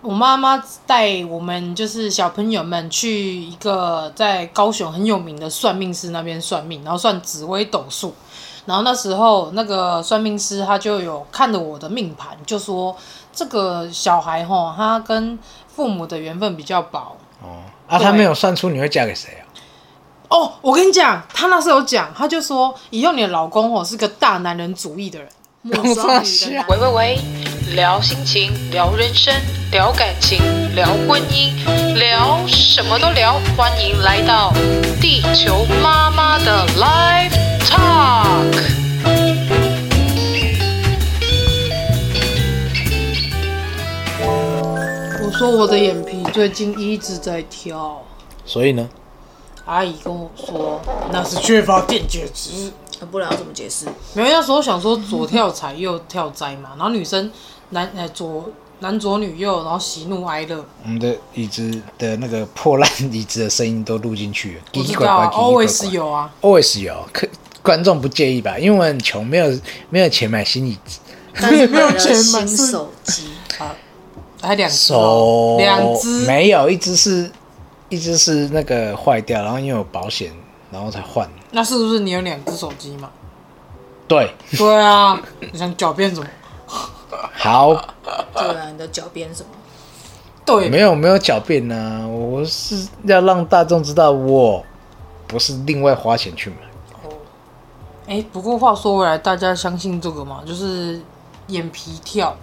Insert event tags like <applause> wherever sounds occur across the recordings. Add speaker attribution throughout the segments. Speaker 1: 我妈妈带我们就是小朋友们去一个在高雄很有名的算命师那边算命，然后算紫微斗数。然后那时候那个算命师他就有看着我的命盘，就说这个小孩吼，他跟父母的缘分比较薄。
Speaker 2: 哦，啊，
Speaker 1: 对
Speaker 2: 他没有算出你会嫁给谁啊？
Speaker 1: 哦，我跟你讲，他那时候有讲，他就说以后你的老公哦是个大男人主义的人，
Speaker 2: 公司是啊
Speaker 3: 喂喂喂，聊心情，聊人生，聊感情，聊婚姻，聊什么都聊。欢迎来到地球妈妈的 Live Talk。
Speaker 1: 我说我的眼皮最近一直在跳，
Speaker 2: 所以呢，
Speaker 1: 阿姨跟我说那是缺乏电解质。
Speaker 4: 呃不然要怎么解释？
Speaker 1: 没有，那时候想说左跳财右跳灾嘛，然后女生男呃左男左女右，然后喜怒哀乐，
Speaker 2: 我们的椅子的那个破烂椅子的声音都录进去了，
Speaker 1: 我
Speaker 2: 叽
Speaker 1: 知
Speaker 2: 叽
Speaker 1: 道
Speaker 2: 怪怪
Speaker 1: 啊
Speaker 2: 叽叽怪怪
Speaker 1: ，always 有啊，
Speaker 2: ，always 有，可观众不介意吧？因为我很穷，没有没有钱买新椅子，
Speaker 4: <laughs> 但是
Speaker 1: 没有
Speaker 4: 买了
Speaker 1: 钱买
Speaker 4: 新
Speaker 1: 是
Speaker 4: 手
Speaker 1: <laughs>
Speaker 4: 机，
Speaker 1: 呃还两只哦
Speaker 2: 手
Speaker 1: 两只，
Speaker 2: 没有，一只是一只是那个坏掉，然后因为有保险，然后才换。
Speaker 1: 那是不是你有两只手机嘛？
Speaker 2: 对，
Speaker 1: 对啊，你想狡辩什么？
Speaker 2: 好，
Speaker 4: 对啊，你的脚边什么？
Speaker 1: 对，
Speaker 2: 没有没有狡辩呐、我是要让大众知道我不是另外花钱去买。
Speaker 1: 哎，不过话说回来，大家相信这个吗？就是眼皮跳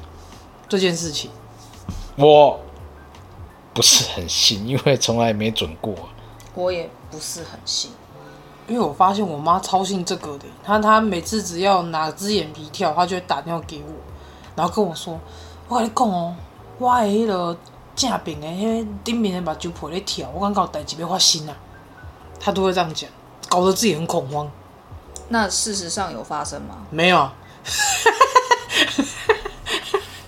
Speaker 1: 这件事情，
Speaker 2: 我不是很信，因为从来没准过。
Speaker 4: 我也不是很信。
Speaker 1: 因为我发现我妈超信这个的，她她每次只要哪只眼皮跳，她就会打电话给我，然后跟我说：“我跟你讲哦，我的迄个正病的迄顶面的目睭皮咧跳，我感觉有代志要发生啊。”她都会这样讲，搞得自己很恐慌。
Speaker 4: 那事实上有发生吗？
Speaker 1: 没有，啊，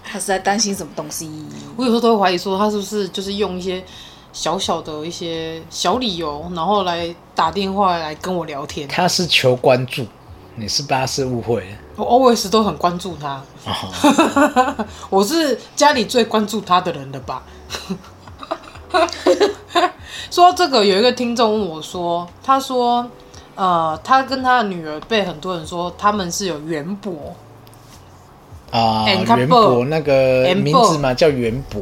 Speaker 4: 他是在担心什么东西？
Speaker 1: 我有时候都会怀疑说，她是不是就是用一些小小的一些小理由，然后来打电话来跟我聊天。
Speaker 2: 他是求关注，你是八是误会了。
Speaker 1: 我 always 都很关注她，
Speaker 2: 哦、
Speaker 1: <laughs> 我是家里最关注他的人了吧？ <laughs> 说到这个，有一个听众问我说，他说，呃，他跟他的女儿被很多人说他们是有缘薄，
Speaker 2: 啊，
Speaker 1: 欸你看
Speaker 2: 袁
Speaker 1: 报
Speaker 2: 博那个
Speaker 1: 袁
Speaker 2: 名
Speaker 1: 博
Speaker 2: 字嘛叫袁博，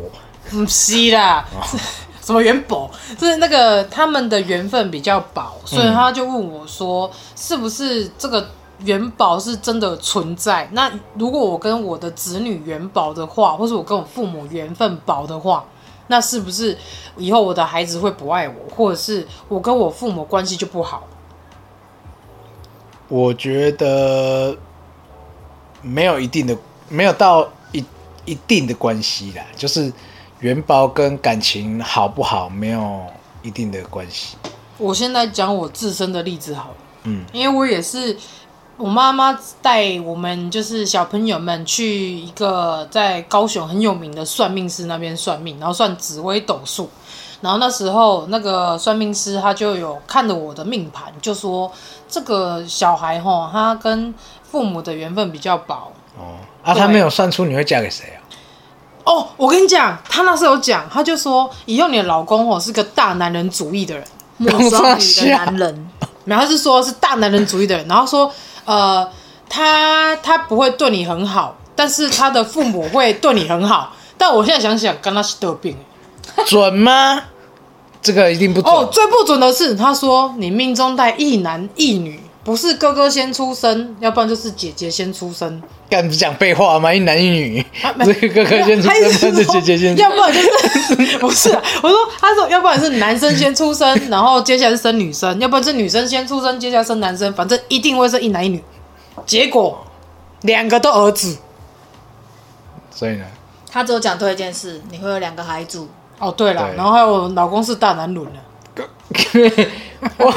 Speaker 1: 不是啦，是什么缘薄？就是那个他们的缘分比较薄，所以他就问我说，是不是这个元宝是真的存在？那如果我跟我的子女元宝的话，或是我跟我父母缘分薄的话，那是不是以后我的孩子会不爱我，或者是我跟我父母关系就不好？
Speaker 2: 我觉得没有一定的，没有到一一定的关系啦，就是元宝跟感情好不好没有一定的关系。
Speaker 1: 我先来讲我自身的例子好了，
Speaker 2: 嗯，
Speaker 1: 因为我也是我妈妈带我们就是小朋友们去一个在高雄很有名的算命师那边算命，然后算紫微斗数，然后那时候那个算命师他就有看着我的命盘，就说这个小孩吼，他跟父母的缘分比较薄，
Speaker 2: 哦，啊，
Speaker 1: 对
Speaker 2: 他没有算出你会嫁给谁啊？
Speaker 1: 哦，我跟你讲，他那时候有讲，他就说以后你的老公哦是个大男人主义的人，
Speaker 4: 莫双女的男人，
Speaker 1: 然后他是说是大男人主义的人，然后说呃，他他不会对你很好，但是他的父母会对你很好。 <laughs> 但我现在想想，跟他是得病。
Speaker 2: 准吗？这个一定不准。
Speaker 1: 哦哦，最不准的是，他说你命中带一男一女，不是哥哥先出生，要不然就是姐姐先出生，
Speaker 2: 干不讲废话吗？一男一女，
Speaker 1: 啊没
Speaker 2: 这个哥哥先出
Speaker 1: 他意
Speaker 2: 生，
Speaker 1: 思
Speaker 2: 不
Speaker 1: 是
Speaker 2: 是
Speaker 1: 说
Speaker 2: 姐姐先出
Speaker 1: 要不然就是 <laughs> 不是啊？我说他说要不然是男生先出生，然后接下来是生女生，要不然是女生先出生，接下来生男生，反正一定会是一男一女。结果两个都儿子，
Speaker 2: 所以呢， <laughs>
Speaker 4: 他只有讲对一件事，你会有两个孩子，
Speaker 1: 哦对了，
Speaker 2: 对
Speaker 1: 然后还有我老公是大男轮 <laughs> 的，
Speaker 2: 我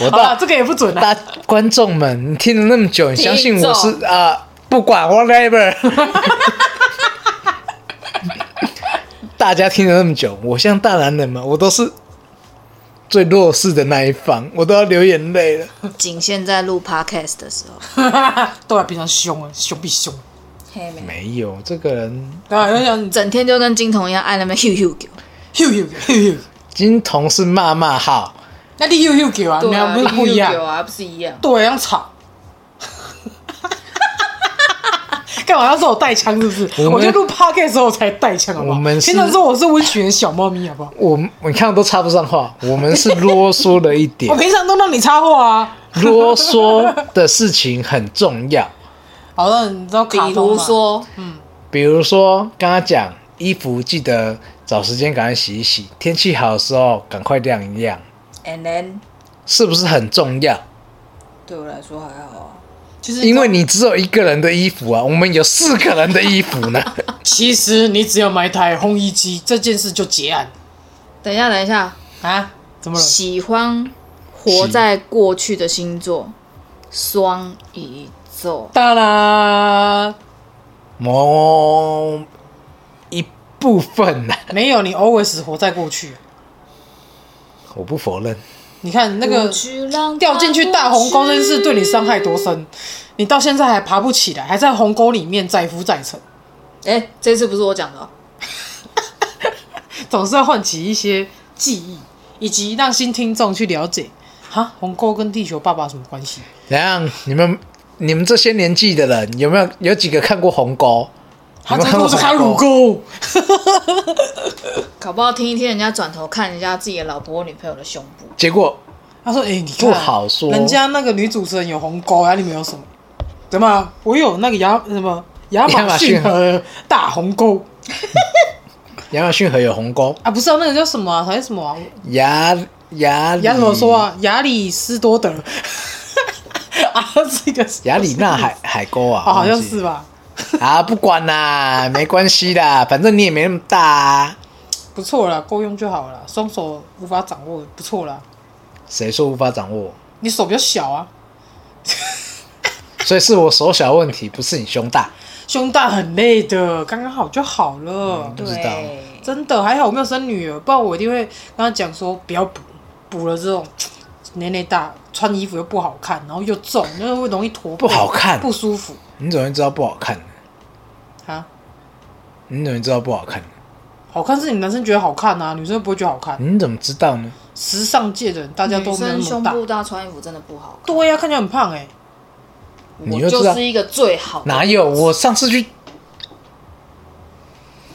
Speaker 1: 好了
Speaker 2: 大，
Speaker 1: 这个也不准啊。 <laughs>
Speaker 2: 大观众们，你听了那么久，你相信
Speaker 4: 听
Speaker 2: 我
Speaker 4: 众
Speaker 2: 是啊？不
Speaker 1: <laughs>
Speaker 2: 管 whatever，大家听了那么久，我像大男人嘛，我都是最弱势的那一方，我都要流眼泪了。
Speaker 4: 仅限在录 podcast 的时候。
Speaker 1: <laughs> 对啊，平常凶啊，凶必凶。
Speaker 4: 嘿没，
Speaker 2: 没有这个人，
Speaker 1: 对啊，就像你这
Speaker 4: 整天就跟金童一样爱那边咻咻叫，
Speaker 1: 咻咻咻咻，
Speaker 2: 金童是骂骂号，
Speaker 1: 那你咻咻给啊，你们不是不一样
Speaker 4: 咻咻叫，啊，不是一样。
Speaker 1: 对，要吵。 <laughs> 干嘛要说我带枪是不是？
Speaker 2: 我们
Speaker 1: 我就录 podcast 的时候才带枪，好不好？
Speaker 2: 我们是
Speaker 1: 平常说我是温的小猫咪，好不好？
Speaker 2: 我你看我都插不上话，我们是啰嗦了一
Speaker 1: <laughs>
Speaker 2: 点
Speaker 1: 我，平常都让你插话啊。
Speaker 2: 啰嗦的事情很重要。
Speaker 1: 好了，你知道卡
Speaker 4: 比
Speaker 1: 通吗
Speaker 4: 如，说，
Speaker 2: 比如说，刚刚讲衣服记得找时间赶快洗一洗，天气好的时候赶快晾一晾，
Speaker 4: ，and then
Speaker 2: 是不是很重要？
Speaker 4: 对我来说还好啊。
Speaker 1: 其实
Speaker 2: 因为你只有一个人的衣服啊，我们有四个人的衣服呢。
Speaker 1: 其实你只有买台烘衣机，这件事就结案
Speaker 4: 等一下，等一下，
Speaker 1: 啊？怎么了？
Speaker 4: 喜欢活在过去的星座，双鱼座。
Speaker 1: 当啦，
Speaker 2: 某一部分呢、
Speaker 1: 没有，你 always 活在过去。
Speaker 2: 我不否认，
Speaker 1: 你看那个
Speaker 4: 过去让
Speaker 1: 掉进去大鸿沟
Speaker 4: 它
Speaker 1: 这
Speaker 4: 过
Speaker 1: 件
Speaker 4: 去
Speaker 1: 事对你伤害多深？你到现在还爬不起来，还在鸿沟里面载浮载沉，
Speaker 4: 哎、这次不是我讲的哦、
Speaker 1: 总是要唤起一些记忆，以及让新听众去了解，哈，鸿沟跟地球爸爸有什么关
Speaker 2: <laughs>
Speaker 1: 系？
Speaker 2: 怎样？你们你们这些年纪的人，有没有有几个看过鸿沟？
Speaker 1: 他
Speaker 2: 你
Speaker 1: 最
Speaker 2: 们
Speaker 1: 多是看乳沟，
Speaker 4: 搞不好听一听，人家转头看人家自己的老婆、女朋友的胸部，
Speaker 2: 结果
Speaker 1: <laughs> 他说：“哎、你看
Speaker 2: 不好说
Speaker 1: 人家那个女主持人有鸿沟啊，你们有什么？怎么啊？我有那个亚什么亚
Speaker 2: 亚
Speaker 1: 马
Speaker 2: 马
Speaker 1: 逊
Speaker 2: 逊
Speaker 1: 河大鸿沟
Speaker 2: 亚马逊河有鸿沟，
Speaker 1: 啊？不是啊，那个叫什么啊？还是什么啊？
Speaker 2: 亚亚
Speaker 1: 亚怎
Speaker 2: 里
Speaker 1: 么说啊？
Speaker 2: 嗯
Speaker 1: 亚里士多德 <laughs> 啊，这个是
Speaker 2: 亚里纳海 <laughs> 海沟啊，
Speaker 1: 哦，好像
Speaker 2: 忘记
Speaker 1: 是吧？
Speaker 2: 啊，不管啦，没关系啦，反正你也没那么大啊。
Speaker 1: 不错啦，够用就好了啦。双手无法掌握，不错啦。
Speaker 2: 谁说无法掌握？
Speaker 1: 你手比较小啊，
Speaker 2: 所以是我手小问题，不是你胸大。
Speaker 1: 胸大很累的，刚刚好就好了。
Speaker 2: 不知道
Speaker 4: 对，
Speaker 1: 真的还好我没有生女儿，不然我一定会跟她讲说不要补，补了这种年龄大，穿衣服又不好看，然后又重，那会容易驼背
Speaker 2: 不好看
Speaker 1: 不舒服
Speaker 2: 你怎么会知道不好看呢？
Speaker 1: 啊。
Speaker 2: 你怎么会知道不好看呢？
Speaker 1: 好看是你男生觉得好看啊，女生不会觉得好看。
Speaker 2: 你怎么知道呢？
Speaker 1: 时尚界的人大家
Speaker 4: 女
Speaker 1: 都没有
Speaker 4: 生
Speaker 1: 那
Speaker 4: 胸
Speaker 1: 么大，
Speaker 4: 部大穿衣服真的不好看。
Speaker 1: 对呀、看起来很胖哎、
Speaker 2: 你
Speaker 4: 我
Speaker 2: 又知
Speaker 4: 就
Speaker 2: 道
Speaker 4: 是一个最好的
Speaker 2: 哪有？我上次去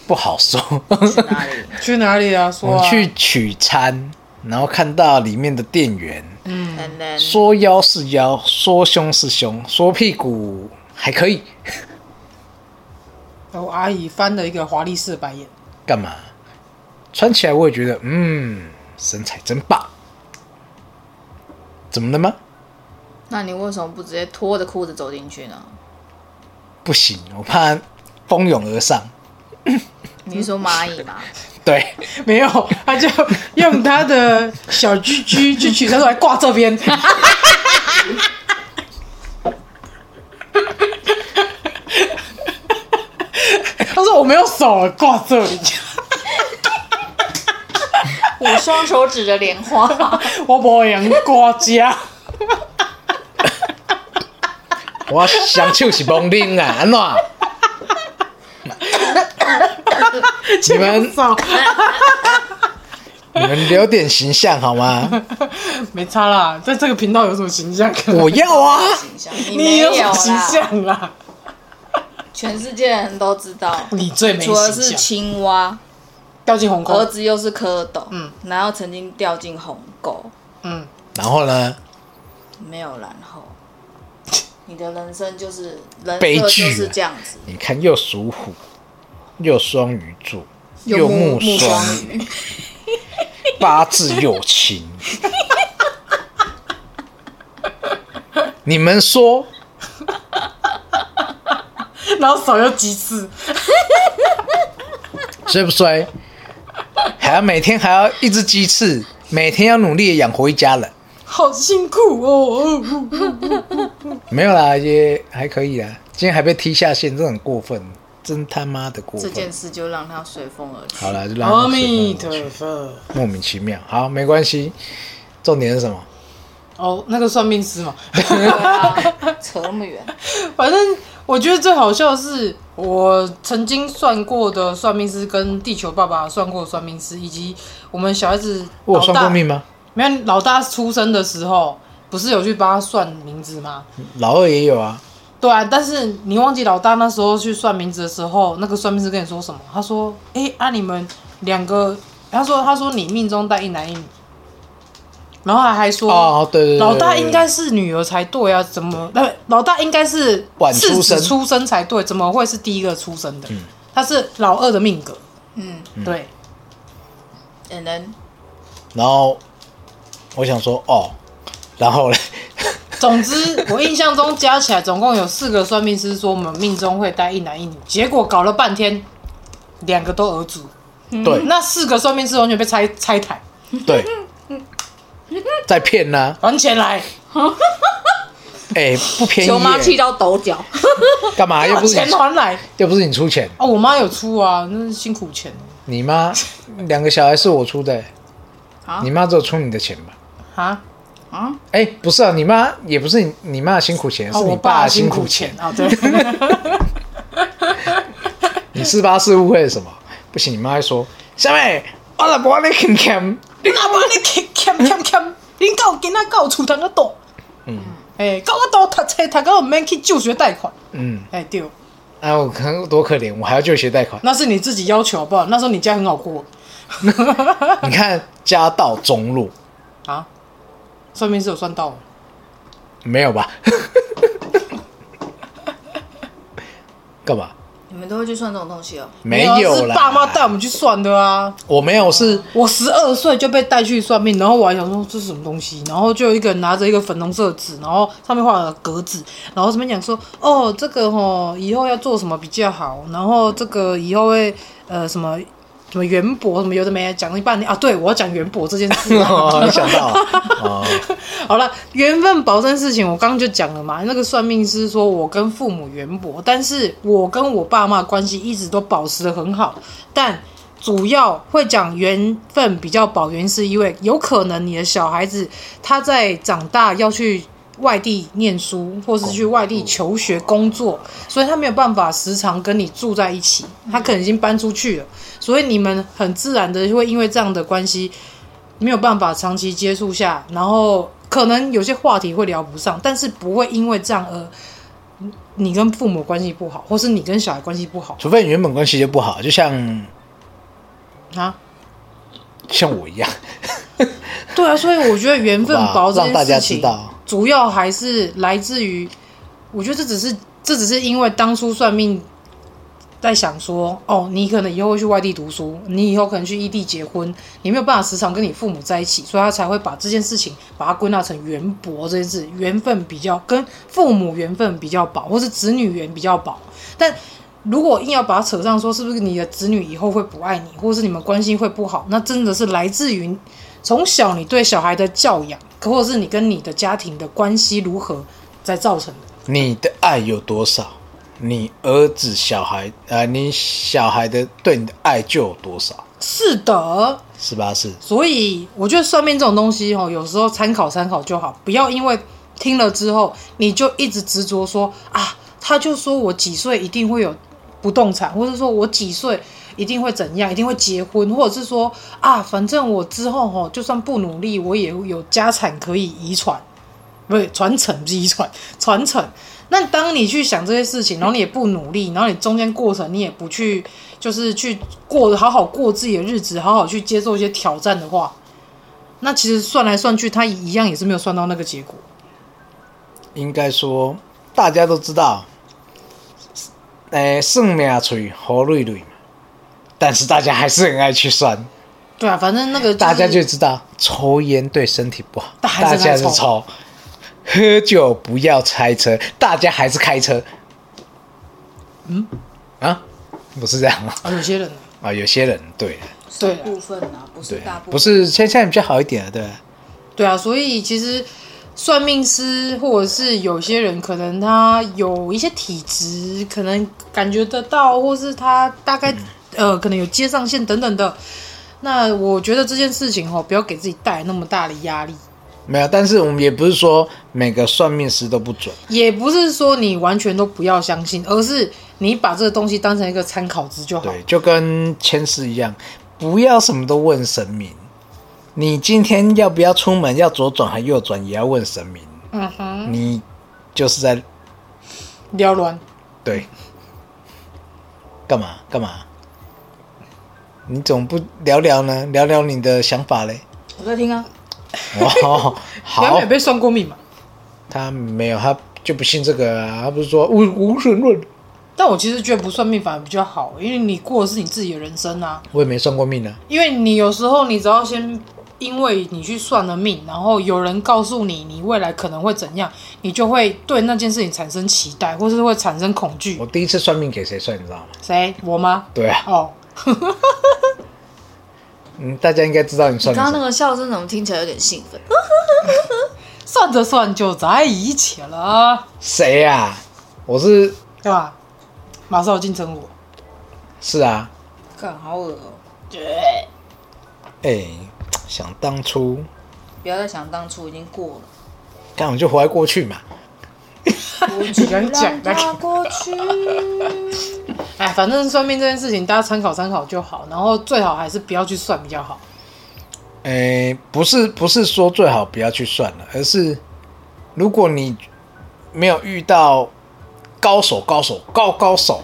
Speaker 2: 不好说， <laughs>
Speaker 4: 去哪里？
Speaker 1: 去哪里啊？说
Speaker 2: 我
Speaker 1: 啊，
Speaker 2: 去取餐，然后看到里面的店员
Speaker 4: And then
Speaker 2: 嗯说腰是腰，说胸是胸，说屁股还可以，
Speaker 1: 然后阿姨翻了一个华丽式的白眼。
Speaker 2: 干嘛？穿起来我也觉得，嗯，身材真棒。怎么了吗？
Speaker 4: 那你为什么不直接脱着裤子走进去呢？
Speaker 2: 不行，我怕蜂拥而上。
Speaker 4: 你是说蚂蚁吗？
Speaker 2: 对，
Speaker 1: 没有，他就用他的小居居去取餐出来挂这边。 <laughs> 他说我没有手了，挂这里，
Speaker 2: 嗯
Speaker 4: 我双手指着莲花，
Speaker 1: 我不用挂家。
Speaker 2: 我想手是蒙拎啊，安怎？你们
Speaker 1: 手
Speaker 2: 你们留点形象好吗？
Speaker 1: 没差啦，在这个频道有什么形象？
Speaker 2: 我要啊！
Speaker 4: 形
Speaker 2: <laughs>
Speaker 4: 象你
Speaker 1: 你
Speaker 4: 没有
Speaker 1: 有什么
Speaker 4: 啦，
Speaker 1: 形象啦？
Speaker 4: 全世界人都知道，
Speaker 1: 你最没
Speaker 4: 除
Speaker 1: 形
Speaker 4: 了是
Speaker 1: 象，
Speaker 4: 青蛙，
Speaker 1: 掉进鸿
Speaker 4: 儿
Speaker 1: 沟。
Speaker 4: 子又是蝌蚪，
Speaker 1: 嗯
Speaker 4: 然后曾经掉进鸿沟，
Speaker 1: 嗯，
Speaker 2: 然后呢？
Speaker 4: 没有然后，你的人生就是人
Speaker 2: 悲
Speaker 4: 设就
Speaker 2: 剧
Speaker 4: 是
Speaker 2: 啊
Speaker 4: 这样子，
Speaker 2: 你看又属虎，又双鱼座，
Speaker 4: 有
Speaker 2: 又
Speaker 4: 木
Speaker 2: 木
Speaker 4: 双
Speaker 2: 双
Speaker 4: 鱼，
Speaker 2: 八字又轻。你们说
Speaker 1: 然后手又鸡翅，
Speaker 2: 衰不衰？还要每天还要一只鸡翅，每天要努力地养活一家人。
Speaker 1: 好辛苦哦。哦哦
Speaker 2: 没有啦，也还可以啦。今天还被踢下线，这很过分，真他妈的过
Speaker 4: 这件
Speaker 2: 分。
Speaker 4: 事就让它随风而去。
Speaker 2: 好了，就让
Speaker 1: 阿
Speaker 2: 他
Speaker 1: 弥陀
Speaker 2: 随风而去
Speaker 1: 佛。
Speaker 2: 莫名其妙。好，没关系。重点是什么？
Speaker 1: 哦，那个算命师嘛，
Speaker 4: 啊扯那么远，
Speaker 1: 反正我觉得最好笑的是，我曾经算过的算命师，跟地球爸爸算过的算命师，以及我们小孩子
Speaker 2: 我有
Speaker 1: 老
Speaker 2: 算
Speaker 1: 大
Speaker 2: 过命吗？
Speaker 1: 没有，老大出生的时候不是有去帮他算名字吗？
Speaker 2: 老二也有啊。
Speaker 1: 对啊，但是你忘记老大那时候去算名字的时候，那个算命师跟你说什么？他说：“哎、啊，你们两个，他说他说你命中带一男一女，然后还还说
Speaker 2: 哦，对对对对
Speaker 1: 老大应该是女儿才对啊，怎么？那老大应该是
Speaker 2: 晚
Speaker 1: 次
Speaker 2: 出生嗯
Speaker 1: 子出生才对，怎么会是第一个出生的？他是老二的命格，
Speaker 4: 嗯，
Speaker 1: 对，
Speaker 4: 人人
Speaker 2: 然后我想说，哦， <laughs> 然后嘞，
Speaker 1: 总之，我印象中加起来总共有四个算命师说我们命中会带一男一女，结果搞了半天，两个都儿子。
Speaker 2: 对
Speaker 1: 那四个算命师完全被拆拆台，
Speaker 2: 对，在骗呢。
Speaker 1: 还钱来，
Speaker 2: 哎，不便宜
Speaker 4: 球妈气
Speaker 2: 耶，
Speaker 4: 到抖脚，
Speaker 2: 干嘛？啊又
Speaker 1: 把
Speaker 2: 不是
Speaker 1: 钱
Speaker 2: 你，
Speaker 1: 还来。
Speaker 2: 又不是你出钱，
Speaker 1: 啊，我妈有出啊，那是辛苦钱
Speaker 2: 你妈两个小孩是我出的耶
Speaker 4: 啊，
Speaker 2: 你妈只有出你的钱吧？
Speaker 1: 啊。
Speaker 4: 啊，
Speaker 2: 哎，不是啊，你妈也不是你你妈的辛苦钱，
Speaker 1: 啊，
Speaker 2: 是你
Speaker 1: 我
Speaker 2: 的
Speaker 1: 爸
Speaker 2: 辛
Speaker 1: 辛
Speaker 2: 苦
Speaker 1: 苦
Speaker 2: 钱
Speaker 1: 钱。啊，对，
Speaker 2: 你四八四误会了什么？不行，你妈会说，小妹，我老婆你看看，
Speaker 1: <laughs> 你阿妈你欠欠欠欠，恁敢有囡仔敢有厝通个住？
Speaker 2: 嗯
Speaker 1: 诶、欸，够我多读册，读到毋免去就学贷款。
Speaker 2: 嗯，
Speaker 1: 哎、对，
Speaker 2: 啊，我看多可怜，我还要就学贷款。
Speaker 1: 那是你自己要求好不好？那时候你家很好过。 <laughs>
Speaker 2: 你看家道中落
Speaker 1: 啊，算命是有算到吗，
Speaker 2: 没有吧？ <laughs> 干嘛？
Speaker 4: 你们都会去算这种东西哦？
Speaker 2: 没
Speaker 1: 啊
Speaker 2: 有
Speaker 1: 是
Speaker 2: 啦，
Speaker 1: 爸妈带我们去算的啊。
Speaker 2: 我没有是，
Speaker 1: <laughs> 我十二岁就被带去算命，然后我还想说这是什么东西，然后就有一个人拿着一个粉红色的纸，然后上面画了格子，然后这边讲说，哦，这个吼以后要做什么比较好，然后这个以后会呃什么什么元博什么有的没的讲了一半天啊，对我要讲元博这件事、
Speaker 2: <laughs>
Speaker 1: 啊，
Speaker 2: 哦，没想到哦，
Speaker 1: 好了，缘分保证事情，我刚刚就讲了嘛。那个算命师说我跟父母缘薄，但是我跟我爸妈关系一直都保持的很好。但主要会讲缘分比较保原因是因为有可能你的小孩子他在长大要去外地念书，或是去外地求学工作，所以他没有办法时常跟你住在一起，他可能已经搬出去了，所以你们很自然的会因为这样的关系没有办法长期接触下，然后可能有些话题会聊不上，但是不会因为这样而你跟父母关系不好，或是你跟小孩关系不好
Speaker 2: 除非你原本关系就不好，就像
Speaker 1: 啊。
Speaker 2: 像我一样，
Speaker 1: 对啊，所以我觉得缘分薄这
Speaker 2: <laughs> 让大家
Speaker 1: 件事
Speaker 2: 知
Speaker 1: 情
Speaker 2: 道，
Speaker 1: 主要还是来自于，我觉得这只是这只是因为当初算命在想说，哦，你可能以后会去外地读书，你以后可能去异地结婚，你没有办法时常跟你父母在一起，所以他才会把这件事情把它归纳成缘薄这件事，缘分比较跟父母缘分比较薄，或是子女缘比较薄，但。如果硬要把它扯上说，是不是你的子女以后会不爱你，或是你们关系会不好？那真的是来自于从小你对小孩的教养，或者是你跟你的家庭的关系如何，才造成的。
Speaker 2: 你的爱有多少，你儿子小孩呃，你小孩的对你的爱就有多少，
Speaker 1: 是的，
Speaker 2: 是吧？是
Speaker 1: 所以我觉得算命这种东西哦，有时候参考参考就好，不要因为听了之后你就一直执着说啊，他就说我几岁一定会有不动产，或者说我几岁一定会怎样，一定会结婚，或者是说啊，反正我之后哦，就算不努力，我也有家产可以遗传。不是传承，不是遗传，传承。那当你去想这些事情，然后你也不努力，然后你中间过程你也不去，就是去过好好过自己的日子，好好去接受一些挑战的话，那其实算来算去，他一样也是没有算到那个结果。
Speaker 2: 应该说大家都知道，诶、算命嘴活瑞瑞嘛，但是大家还是很爱去算，
Speaker 1: 对啊，反正那个、
Speaker 2: 大家就知道抽烟对身体不好，
Speaker 1: 大家
Speaker 2: 大
Speaker 1: 还是
Speaker 2: 家
Speaker 1: 在
Speaker 2: 是抽，喝酒不要开车，大家还是开车，嗯，啊，不是这样吗？
Speaker 1: 啊有些人啊
Speaker 2: 啊，有些人对
Speaker 1: 对啊
Speaker 4: 部分啊，不是
Speaker 2: 对
Speaker 4: 大，部
Speaker 2: 不
Speaker 4: 分，
Speaker 2: 是现在比较好一点了，对。
Speaker 1: 对啊，所以其实算命师或者是有些人，可能他有一些体质，可能感觉得到，或是他大
Speaker 2: 嗯
Speaker 1: 概、呃，可能有接上线等等的。那我觉得这件事情哦，不要给自己带来那么大的压力，
Speaker 2: 没有，但是我们也不是说每个算命师都不准，
Speaker 1: 也不是说你完全都不要相信，而是你把这个东西当成一个参考值就好。
Speaker 2: 对，就跟签诗一样，不要什么都问神明。你今天要不要出门？要左转还右转？也要问神明。
Speaker 1: 嗯哼，
Speaker 2: 你就是在
Speaker 1: 撩乱
Speaker 2: 对，干嘛干嘛？你怎么不聊聊呢？聊聊你的想法嘞？
Speaker 4: 我在听啊，
Speaker 2: 哦，
Speaker 1: 梁
Speaker 2: 好
Speaker 1: 美，被算过命嘛？
Speaker 2: 他没有，他就不信这个啊，他不是说无无神论，
Speaker 1: 但我其实觉得不算命反而比较好，因为你过的是你自己的人生啊。
Speaker 2: 我也没算过命啊。
Speaker 1: 因为你有时候你只要先因为你去算了命，然后有人告诉你你未来可能会怎样，你就会对那件事情产生期待，或是会产生恐惧
Speaker 2: 我。第一次算命给谁算，你知道吗？
Speaker 1: 谁？我吗？
Speaker 2: 对啊，
Speaker 1: 哦，
Speaker 2: 嗯，大家应该知道你算的
Speaker 4: 你刚
Speaker 2: 什
Speaker 4: 刚那
Speaker 2: 么。
Speaker 4: 个笑声怎么听起来有点兴奋？
Speaker 1: 算着算就在一起了，
Speaker 2: 谁呀、我是
Speaker 1: 对吧？马上有竞争我，
Speaker 2: 是啊，
Speaker 4: 看，好恶哦！
Speaker 2: 哎、想当初，
Speaker 4: 不要再想当初，已经过了。
Speaker 2: 刚我就活在过去嘛。
Speaker 4: 我
Speaker 1: 只能讲那个
Speaker 4: 让它过去。
Speaker 1: 哎，反正算命这件事情大家参考参考就好，然后最好还是不要去算比较好。
Speaker 2: 哎、不是不是说最好不要去算了，而是如果你没有遇到高手、高手、高高手，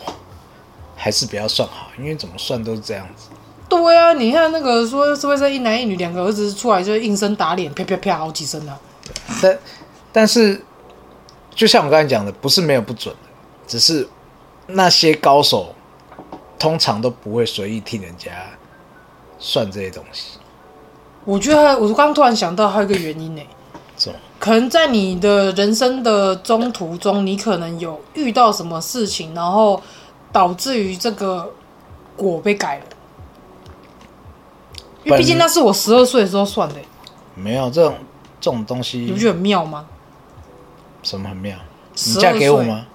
Speaker 2: 还是不要算好，因为怎么算都是这样子。
Speaker 1: 对啊，你看那个说是会在一男一女两个儿子出来就应声打脸，啪啪啪好几声啊。
Speaker 2: 但但是，就像我刚才讲的，不是没有不准的，只是那些高手通常都不会随意替人家算这些东西，
Speaker 1: 我觉得还我刚突然想到还有一个原因呢、
Speaker 2: 是吗？
Speaker 1: 可能在你的人生的中途中，你可能有遇到什么事情，然后导致于这个果被改了。因为
Speaker 2: 本嗯
Speaker 1: 毕竟那是我十二岁的时候算的、
Speaker 2: 没有这种这种东
Speaker 1: 你
Speaker 2: 西
Speaker 1: 不，觉得很妙吗？
Speaker 2: 什么很妙？你
Speaker 1: 12
Speaker 2: 嫁给我吗？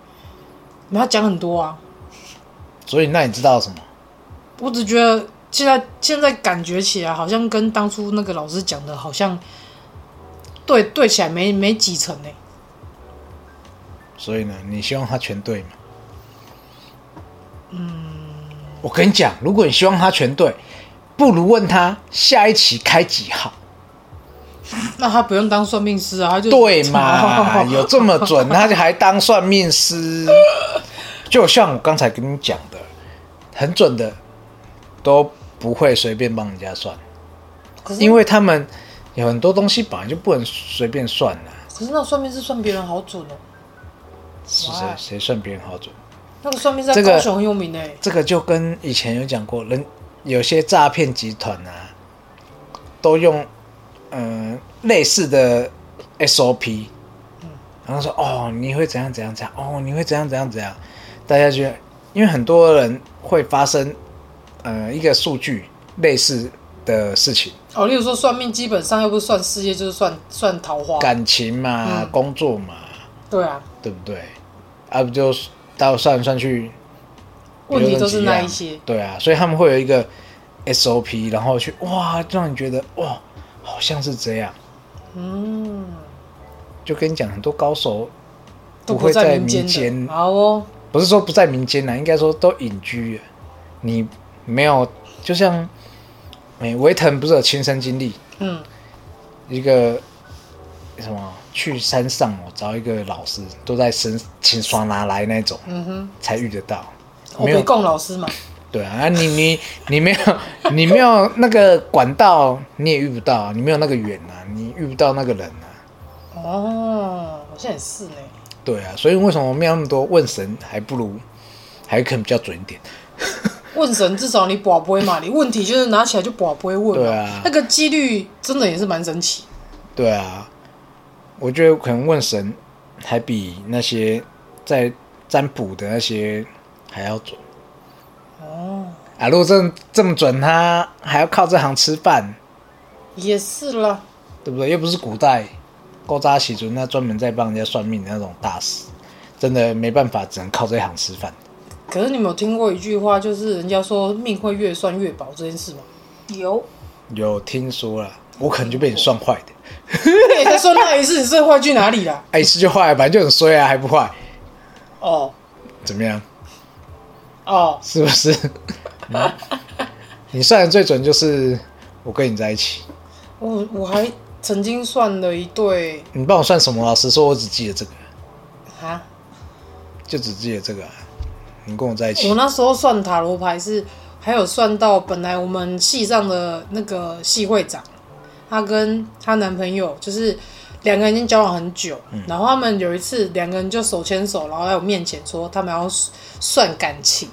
Speaker 1: 没有他讲很多啊，
Speaker 2: 所以那你知道什么？
Speaker 1: 我只觉得现在现在感觉起来好像跟当初那个老师讲的好像对对起来没没几成呢、
Speaker 2: 所以呢，你希望他全对吗？嗯，我跟你讲，如果你希望他全对，不如问他下一期开几号，
Speaker 1: 那他不用当算命师啊，他就
Speaker 2: 对
Speaker 1: <laughs>
Speaker 2: 嘛？有这么准，他就还当算命师，就像我刚才跟你讲的，很准的都不会随便帮人家算，
Speaker 1: 可是
Speaker 2: 因为他们有很多东西本来就不能随便算呐、
Speaker 1: 可是那算命是算别人好准哦、
Speaker 2: 是谁
Speaker 1: Why？
Speaker 2: 谁算别人好准？
Speaker 1: 那个算命在
Speaker 2: 这个
Speaker 1: 高雄很有名诶、欸
Speaker 2: 这个就跟以前有讲过，人有些诈骗集团啊，都用嗯、呃类似的 SOP，然后说哦你会怎样怎样怎样，哦你会怎样怎样怎样，大家觉得，因为很多人会发生呃一个数据类似的事情，
Speaker 1: 哦，例如说算命，基本上又不是算事业，就是算算桃花。
Speaker 2: 感情嘛，
Speaker 1: 哦嗯
Speaker 2: 工作嘛，
Speaker 1: 对啊，
Speaker 2: 对不对？啊不就是到算来算去
Speaker 1: 问题都是
Speaker 2: 有
Speaker 1: 那
Speaker 2: 点
Speaker 1: 一
Speaker 2: 几样
Speaker 1: 些。
Speaker 2: 对啊，所以他们会有一个 SOP，然后去哇，让你觉得哇，好像是这样。
Speaker 1: 嗯，
Speaker 2: 就跟你讲，很多高手
Speaker 1: 都
Speaker 2: 会在
Speaker 1: 在
Speaker 2: 民
Speaker 1: 间的。好哦，
Speaker 2: 不是说不在民间啦，啊应该说都隐居了。你没有，就像哎，维腾不是有亲身经历，
Speaker 1: 嗯，
Speaker 2: 一个什么去山上哦，找一个老师，都在身请刷拿来那种，嗯哼，才遇得到。
Speaker 1: 我被供老师嘛，
Speaker 2: 对啊，啊你你你没有你没有那个管道，你也遇不到，你没有那个缘啊，你遇不到那个人啊。
Speaker 1: 哦，像也是呢。
Speaker 2: 啊对啊，所以为什么庙那么多问神，还不如还可能比较准一点。
Speaker 1: 问神至少你卜不
Speaker 2: <laughs>
Speaker 1: 会嘛，你问题就是拿起来就卜不会问嘛。
Speaker 2: 对啊
Speaker 1: 那个几率真的也是蛮神奇。
Speaker 2: 对啊，我觉得可能问神还比那些在占卜的那些还要准。
Speaker 1: 哦，
Speaker 2: 啊，如果这么这么准，他还要靠这行吃饭，
Speaker 1: 也是啦。
Speaker 2: 对不对？又不是古代勾扎喜族那专门在帮人家算命的那种大师，真的没办法，只能靠这一行吃饭。
Speaker 1: 可是你们有听过一句话，就是人家说命会越算越薄这件事吗？
Speaker 4: 有
Speaker 2: 有听说了，我可能就被你算坏的，
Speaker 1: 那也在说那一次 <laughs> 你是坏去哪里啦？
Speaker 2: 哎、一次就坏了，本来就很衰啊，还不坏，
Speaker 1: 哦
Speaker 2: 怎么样？
Speaker 1: 哦，
Speaker 2: 是不是？嗯你算的最准就是我跟你在一起。
Speaker 1: 我我还曾经算了一对
Speaker 2: 你帮我算什么？老实说，我只记得这个，
Speaker 1: 啊，
Speaker 2: 就只记得这个啊、你跟我在一起
Speaker 1: 我，那时候算塔罗牌是还有算到本来我们系上的那个系会长，她跟她男朋友就是两个人已经交往很久，然后他们有一次两个人就手牵手，然后在我面前说他们要算感情，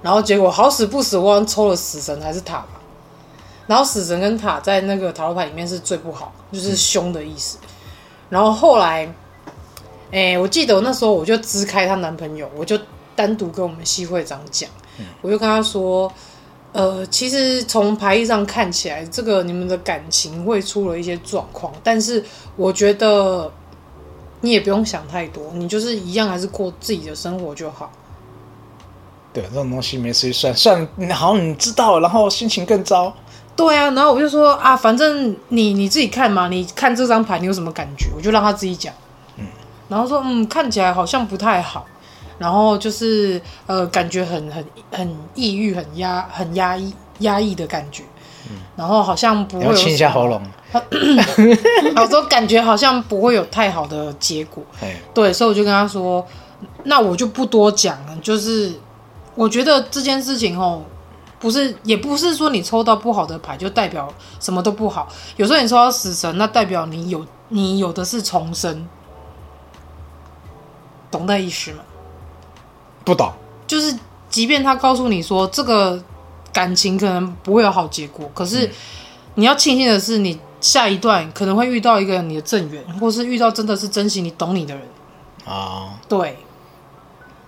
Speaker 1: 然后结果好死不死我好像抽了死神还是塔吧，然后死神跟塔在那个塔罗牌里面是最不好，就是凶的意思。然后后来，哎、我记得我那时候我就支开她男朋友，我就单独跟我们系会长讲，我就跟他说，呃，其实从牌义上看起来，这个你们的感情会出了一些状况，但是我觉得你也不用想太多，你就是一样还是过自己的生活就好。
Speaker 2: 对这种东西没事去算，算你好像你知道，然后心情更糟。
Speaker 1: 对啊，然后我就说啊，反正你你自己看嘛，你看这张牌你有什么感觉？我就让他自己讲。然后说嗯，看起来好像不太好，然后就是呃，感觉很很很抑郁，很压很压抑压抑的感觉。然后好像不
Speaker 2: 嗯你
Speaker 1: 会
Speaker 2: 要
Speaker 1: 有
Speaker 2: 清一下喉咙，
Speaker 1: <laughs> 我说感觉好像不会有太好的结果。
Speaker 2: 哎，
Speaker 1: 对，所以我就跟他说，那我就不多讲了。就是我觉得这件事情哦，不是也不是说你抽到不好的牌就代表什么都不好。有时候你抽到死神，那代表你有你有的是重生，懂那意思吗？
Speaker 2: 不懂，
Speaker 1: 就是即便他告诉你说这个感情可能不会有好结果，可是你要庆幸的是，你下一段可能会遇到一个你的正缘，或是遇到真的是珍惜你、懂你的人。
Speaker 2: 哦，
Speaker 1: 对。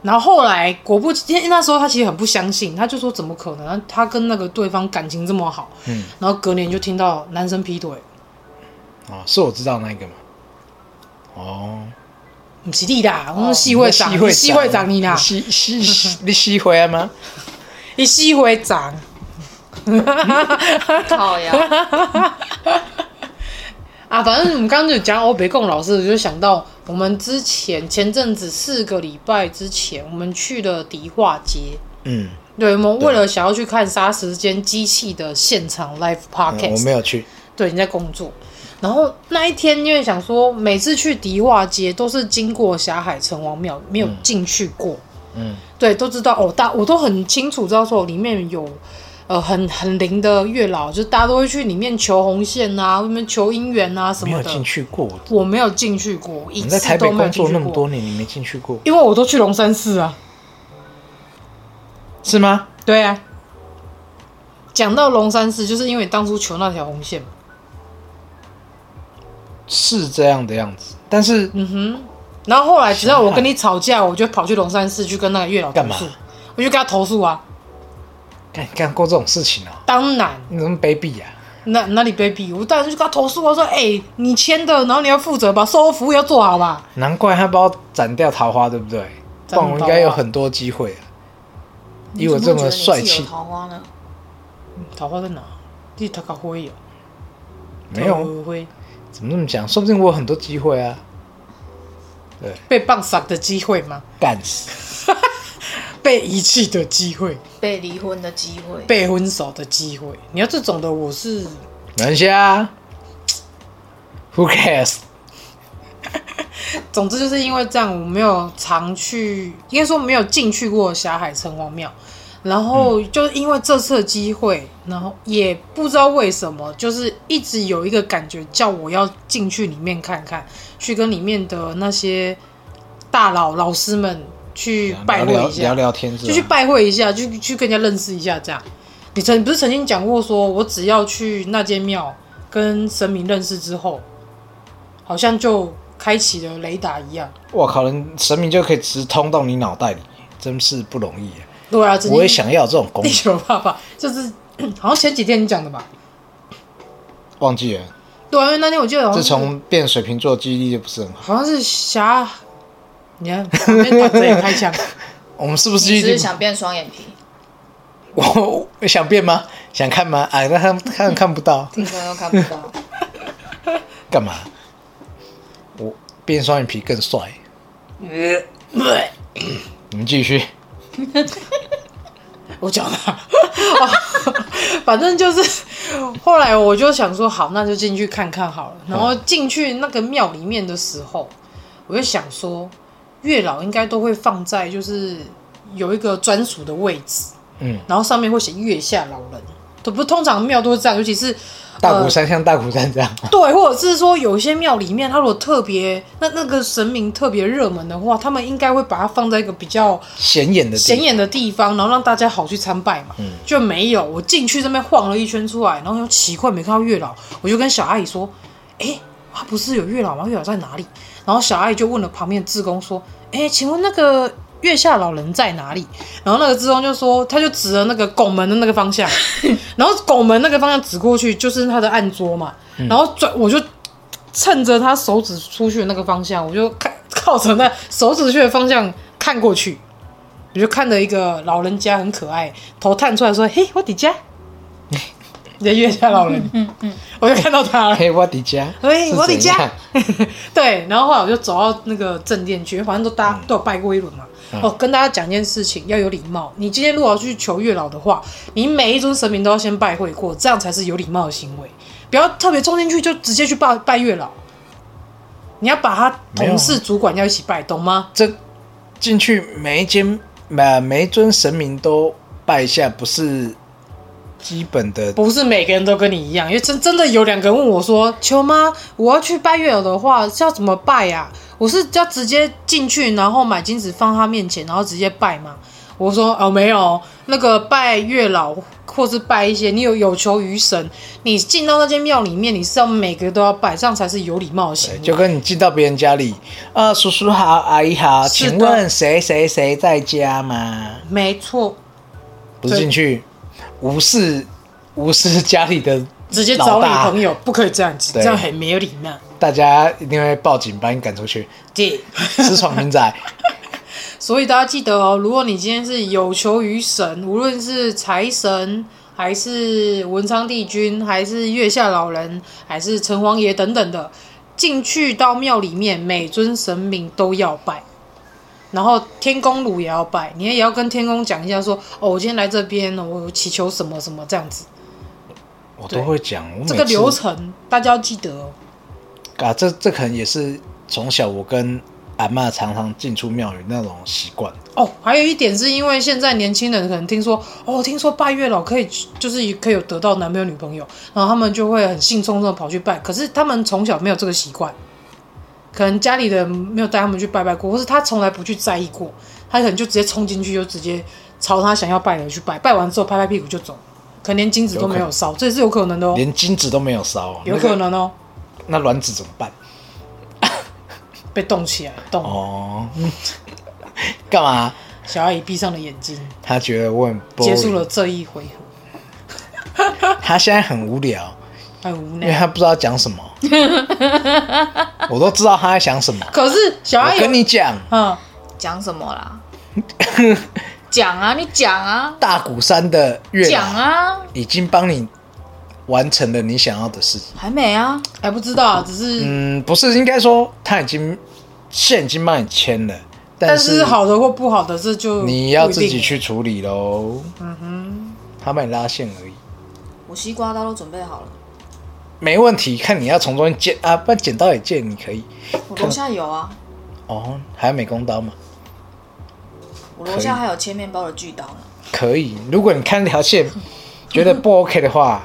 Speaker 1: 然后后来果不其因为那时候他其实很不相信，他就说怎么可能？他跟那个对方感情这么好，
Speaker 2: 嗯，
Speaker 1: 然后隔年就听到男生劈腿，
Speaker 2: 哦，是我知道那个吗？哦，
Speaker 1: 你是你啦，我们系会长，
Speaker 2: 你
Speaker 1: 系会长你啦，
Speaker 2: 吸吸吸，你吸回来吗？
Speaker 1: 你系会长。 <laughs>
Speaker 4: 靠呀，
Speaker 1: 啊，反正我们刚刚就讲欧北贡老师，我就想到我们之前前阵子四个礼拜之前，我们去了迪化街，
Speaker 2: 嗯，
Speaker 1: 对，我们为了想要去看《杀时间机器》的现场 live
Speaker 2: 嗯
Speaker 1: podcast，、
Speaker 2: 我没有去，
Speaker 1: 对，你在工作。然后那一天，因为想说，每次去迪化街都是经过霞海城隍庙，没有进去过。
Speaker 2: 嗯，
Speaker 1: 对，都知道哦，大我都很清楚知道说里面有呃很很灵的月老，就是大家都会去里面求红线啊，外面求姻缘啊什
Speaker 2: 没
Speaker 1: 么
Speaker 2: 有
Speaker 1: 的。
Speaker 2: 进去过。
Speaker 1: 我没有进去过，我一
Speaker 2: 你在
Speaker 1: 次
Speaker 2: 台北
Speaker 1: 都没有
Speaker 2: 工
Speaker 1: 进
Speaker 2: 作
Speaker 1: 去
Speaker 2: 那么
Speaker 1: 过
Speaker 2: 多，年，你没进去过，
Speaker 1: 因为我都去龙山寺啊。
Speaker 2: 是吗？
Speaker 1: 对啊，讲到龙山寺，就是因为当初求那条红线嘛。
Speaker 2: 是这样的样子，但是
Speaker 1: 嗯哼，然后后来只要我跟你吵架，我就跑去龙山寺去跟那个月老投
Speaker 2: 干嘛
Speaker 1: 诉，我就跟他投诉啊。
Speaker 2: 干干过这种事情哦，
Speaker 1: 当然，
Speaker 2: 你怎么卑鄙啊呀？
Speaker 1: 那那你 baby，我当然就跟他投诉啊，说哎、你签的，然后你要负责吧，售后服务要做好吧。
Speaker 2: 难怪他把我斩掉桃花，对不对？
Speaker 1: 斩
Speaker 2: 不然我应该
Speaker 1: 桃花
Speaker 2: 有很多机会啊。 <laughs> 以我这么帅气，
Speaker 4: 桃花呢？
Speaker 1: 桃花在哪？你桃花灰哦，
Speaker 2: 没有
Speaker 1: 桃花灰
Speaker 2: 怎么这么讲？说不定我有很多机会啊！
Speaker 1: 被棒杀的机会吗？
Speaker 2: 干死！
Speaker 1: 被遗弃的机会，
Speaker 4: 被离婚的机会，
Speaker 1: 被分手的机会。你要这种的，我是
Speaker 2: 没关系啊，Who cares？
Speaker 1: 总之就是因为这样，我没有常去，应该说没有进去过霞海城隍庙。然后就因为这次的机会，然后也不知道为什么，就是一直有一个感觉叫我要进去里面看看，去跟里面的那些大佬老师们去拜会
Speaker 2: 啊聊
Speaker 1: 一下
Speaker 2: 聊，聊天是
Speaker 1: 就去
Speaker 2: 吧？
Speaker 1: 拜会一下，就去跟人家认识一下这样。你曾不是曾经讲过说，我只要去那间庙跟神明认识之后，好像就开启了雷达一样。
Speaker 2: 我靠，人神明就可以直通到你脑袋里，真是不容易、啊。
Speaker 1: 对啊，曾经
Speaker 2: 我也想要这种
Speaker 1: <laughs>
Speaker 2: 功
Speaker 1: 地
Speaker 2: 能，
Speaker 1: 球爸爸，就是 <coughs> 好像前几天你讲的吧？
Speaker 2: 忘记了。
Speaker 1: 对啊，因为那天我记得好像
Speaker 2: 自
Speaker 1: 是
Speaker 2: 从变水瓶座，记忆力就不是很
Speaker 1: 好
Speaker 2: 好。
Speaker 1: 像是侠，你看旁边短子也开
Speaker 2: <laughs>
Speaker 1: 枪，
Speaker 2: 我们是不是
Speaker 4: 你
Speaker 2: 记忆
Speaker 4: 只是
Speaker 2: 力？
Speaker 4: 想变双眼皮，
Speaker 2: <laughs> 我我想变吗？想看吗？哎，那看看看不到，
Speaker 4: 听众又看不到。
Speaker 2: 干嘛？我变双眼皮更帅。你们继续。
Speaker 1: 我讲了、 <laughs> 反正就是后来我就想说，好，那就进去看看好了。然后进去那个庙里面的时候，我就想说，月老应该都会放在就是有一个专属的位置，
Speaker 2: 嗯，
Speaker 1: 然后上面会写月下老人。都不通常庙都是这样，尤其是
Speaker 2: 大
Speaker 1: 呃
Speaker 2: 鼓山像大鼓山这样，
Speaker 1: 对，或者是说有一些庙里面，它如果特别那那个神明特别热门的话，他们应该会把它放在一个比较
Speaker 2: 显眼的地
Speaker 1: 显眼的地方，然后让大家好去参拜嘛。就没有，我进去这边晃了一圈出来，然后又奇怪没看到月老，我就跟小阿姨说：“哎、他不是有月老吗？月老在哪里？”然后小阿姨就问了旁边的志工说：“哎、请问那个月下老人在哪里？”然后那个志工就说，他就指了那个拱门的那个方向，然后拱门那个方向指过去就是他的案桌嘛，然后转我就趁着他手指出去的那个方向，我就看靠着那手指去的方向看过去，我就看着一个老人家很可爱，头探出来说：“嘿，我底家，你在月下老人。”嗯嗯，我就看到他了。
Speaker 2: 嘿，我的家，
Speaker 1: 喂
Speaker 2: 是
Speaker 1: 我的家
Speaker 2: 怎样
Speaker 1: 对，然后后来我就走到那个正殿去，反正都大家
Speaker 2: 嗯
Speaker 1: 都有拜过一轮嘛。哦，跟大家讲一件事情，要有礼貌。你今天如果要去求月老的话，你每一尊神明都要先拜会过，这样才是有礼貌的行为。不要特别冲进去就直接去拜拜月老，你要把他
Speaker 2: 没有
Speaker 1: 同
Speaker 2: 啊
Speaker 1: 事、主管要一起拜，懂吗？
Speaker 2: 这进去每一间每每一尊神明都拜一下，不是基本的
Speaker 1: 不是每个人都跟你一样，因为真真的有两个人问我说：“球妈，我要去拜月老的话，是要怎么拜呀、我是要直接进去，然后买金子放他面前，然后直接拜吗？”我说：“哦，没有，那个拜月老或是拜一些你有有求于神，你进到那间庙里面，你是要每个都要拜，这样才是有礼貌的行为。”
Speaker 2: 就跟你进到别人家里，啊，叔叔好，阿姨好，
Speaker 1: 是的
Speaker 2: 请问谁谁谁在家吗？
Speaker 1: 没错，
Speaker 2: 不是进去，无视无视家里的
Speaker 1: 直接
Speaker 2: 老
Speaker 1: 找女
Speaker 2: 大
Speaker 1: 朋友不可以这样子，
Speaker 2: 对
Speaker 1: 这样很没有礼貌。
Speaker 2: 大家一定会报警把你赶
Speaker 1: <laughs>
Speaker 2: 出去，
Speaker 1: 对。
Speaker 2: 私闯民宅。
Speaker 1: 所以大家记得哦，如果你今天是有求于神，无论是财神，还是文昌帝君，还是月下老人，还是城隍爷等等的，进去到庙里面，每尊神明都要拜。然后天公炉也要拜，你也要跟天公讲一下说，哦，我今天来这边，我祈求什么什么这样子，
Speaker 2: 我都会讲，我每次
Speaker 1: 这个流程大家要记得哦。
Speaker 2: 啊，这这可能也是从小我跟阿嬷常常进出庙宇那种习惯。
Speaker 1: 哦，还有一点是因为现在年轻人可能听说，哦，听说拜月老可以，就是可以有得到男朋友、女朋友，然后他们就会很兴冲冲的跑去拜。可是他们从小没有这个习惯，可能家里的人没有带他们去拜拜过，或是他从来不去在意过，他可能就直接冲进去，就直接朝他想要拜的去拜，拜完之后拍拍屁股就走，可能连金子都没有烧，这也是有可能的哦，
Speaker 2: 连金子都没有烧，啊
Speaker 1: 有
Speaker 2: 那个
Speaker 1: 可能哦，
Speaker 2: 那卵子怎么办？
Speaker 1: 被冻起来，冻。
Speaker 2: 哦， <laughs> 干嘛？
Speaker 1: 小阿姨闭上了眼睛，
Speaker 2: 他觉得我很 b
Speaker 1: 结束了，这一回合，
Speaker 2: 他现在很无聊，
Speaker 1: 很无
Speaker 2: 因为
Speaker 1: 奈。
Speaker 2: 他不知道讲
Speaker 1: <laughs>
Speaker 2: 什么。我都知道他在想什么。
Speaker 1: 可是小阿姨
Speaker 2: 我
Speaker 1: 有，
Speaker 2: 跟你讲，
Speaker 1: 嗯。
Speaker 4: 讲什
Speaker 2: <laughs>
Speaker 4: 么啦？讲啊，你讲啊，
Speaker 2: 大鼓山的月
Speaker 4: 讲
Speaker 2: 老
Speaker 4: 啊，
Speaker 2: 已经帮你完成了你想要的事情。
Speaker 4: 还没啊，
Speaker 1: 还不知道，只是、
Speaker 2: 嗯，不是，应该说他已经线已经帮你签了，
Speaker 1: 但
Speaker 2: 是
Speaker 1: 是好的或不好的，这就
Speaker 2: 你要
Speaker 1: 不一
Speaker 2: 自
Speaker 1: 定
Speaker 2: 己去处理喽。嗯哼，他帮你拉线而已，
Speaker 4: 我西瓜刀都准备好了，
Speaker 2: 没问题。看你要从中间剪啊，不然剪刀也剪，你可以。
Speaker 4: 我楼下有啊，
Speaker 2: 哦，还有美工刀吗？
Speaker 4: 我楼下还有切面包的巨刀呢，
Speaker 2: 可以。如果你看这条线觉得不 OK 的话，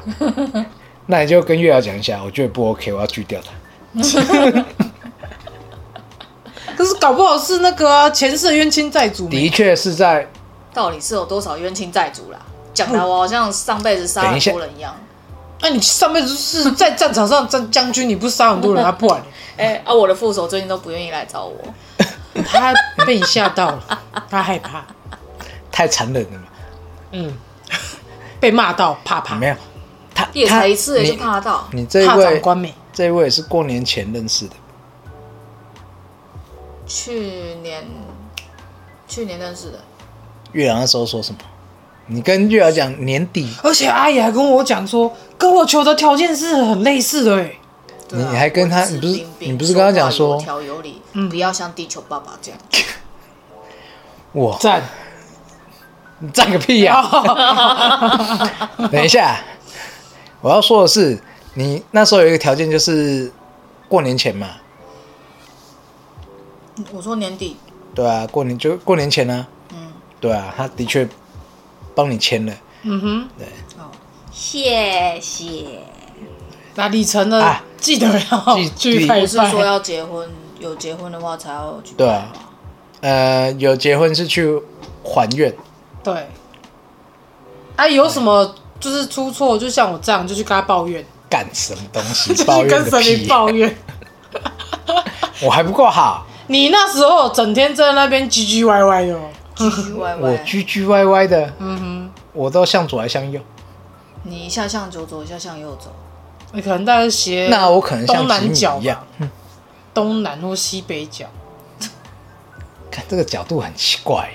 Speaker 2: 那你就跟月瑶讲一下，我觉得不 OK，我要拒掉他。
Speaker 1: 可是搞不好是那个、啊、前世的冤亲债主
Speaker 2: 的
Speaker 1: 没。
Speaker 2: 确是在
Speaker 4: 到底是有多少冤亲债主啦？讲的我好像上辈子杀
Speaker 2: 等一
Speaker 4: 很
Speaker 2: 下
Speaker 4: 多人一样。
Speaker 2: 哦
Speaker 1: 那、你上辈子是在战场上当将军，你不杀很多人，啊，不然
Speaker 4: 哎、啊，我的副手最近都不愿意来找我。
Speaker 1: 他被你吓到了，他害怕，
Speaker 2: 太残忍了嘛？
Speaker 1: 嗯，被骂到怕怕，
Speaker 2: 没有，他
Speaker 4: 也
Speaker 2: 他
Speaker 4: 才一次也就
Speaker 2: 你
Speaker 4: 怕到，
Speaker 2: 你这一
Speaker 1: 怕长
Speaker 2: 位，
Speaker 1: 官没？
Speaker 2: 这一位是过年前认识的，
Speaker 4: 去年去年认识的，
Speaker 2: 月瑶那时候说什么？你跟月瑶讲年底，
Speaker 1: 而且阿姨还跟我讲说，跟我求的条件是很类似的、欸，
Speaker 4: 对啊
Speaker 2: 你还跟他
Speaker 4: 文质
Speaker 2: 你不是
Speaker 4: 彬彬
Speaker 2: 你不是跟他讲
Speaker 4: 说
Speaker 2: 说嗯
Speaker 4: 话有条有理，不要像地球爸爸这样。
Speaker 2: 哇，
Speaker 1: 赞。
Speaker 2: 你赞个屁呀、等一下，我要说的是，你那时候有一个条件就是过年前嘛，
Speaker 4: 我说年底
Speaker 2: 对啊，过年就过年前呢、啊，嗯，对啊，他的确帮你签了
Speaker 1: 嗯哼，
Speaker 4: 谢谢，
Speaker 1: 那李晨呢？
Speaker 2: 啊
Speaker 1: 记得要
Speaker 2: 记
Speaker 1: <laughs> 去
Speaker 2: 记
Speaker 1: 拜
Speaker 4: 不
Speaker 1: 一
Speaker 4: 是说
Speaker 1: 拜。
Speaker 4: 要结婚，有结婚的话才要去
Speaker 2: 对
Speaker 4: 拜
Speaker 2: 啊
Speaker 4: 吗。
Speaker 2: 呃，有结婚是去还愿，
Speaker 1: 对。啊，有什么就是出错，就像我这样，就去跟他抱怨，
Speaker 2: 干什么东
Speaker 1: <laughs>
Speaker 2: 西
Speaker 1: 就？去
Speaker 2: 抱怨
Speaker 1: 跟
Speaker 2: 个
Speaker 1: 神
Speaker 2: 屁
Speaker 1: 明！抱怨。
Speaker 2: 我还不够好，
Speaker 1: 你那时候整天在那边唧唧歪歪的哦，
Speaker 4: 唧唧歪
Speaker 2: 我
Speaker 4: 歪，
Speaker 2: 居居歪歪的，嗯哼，我都向左还向右，
Speaker 4: 你一下向左走，一下向右走。
Speaker 1: 你可能在斜
Speaker 2: 那我可能像
Speaker 1: 东南
Speaker 2: 吉
Speaker 1: 角
Speaker 2: 米一样
Speaker 1: 吧，，东南或西北角，
Speaker 2: 看这个角度很奇怪，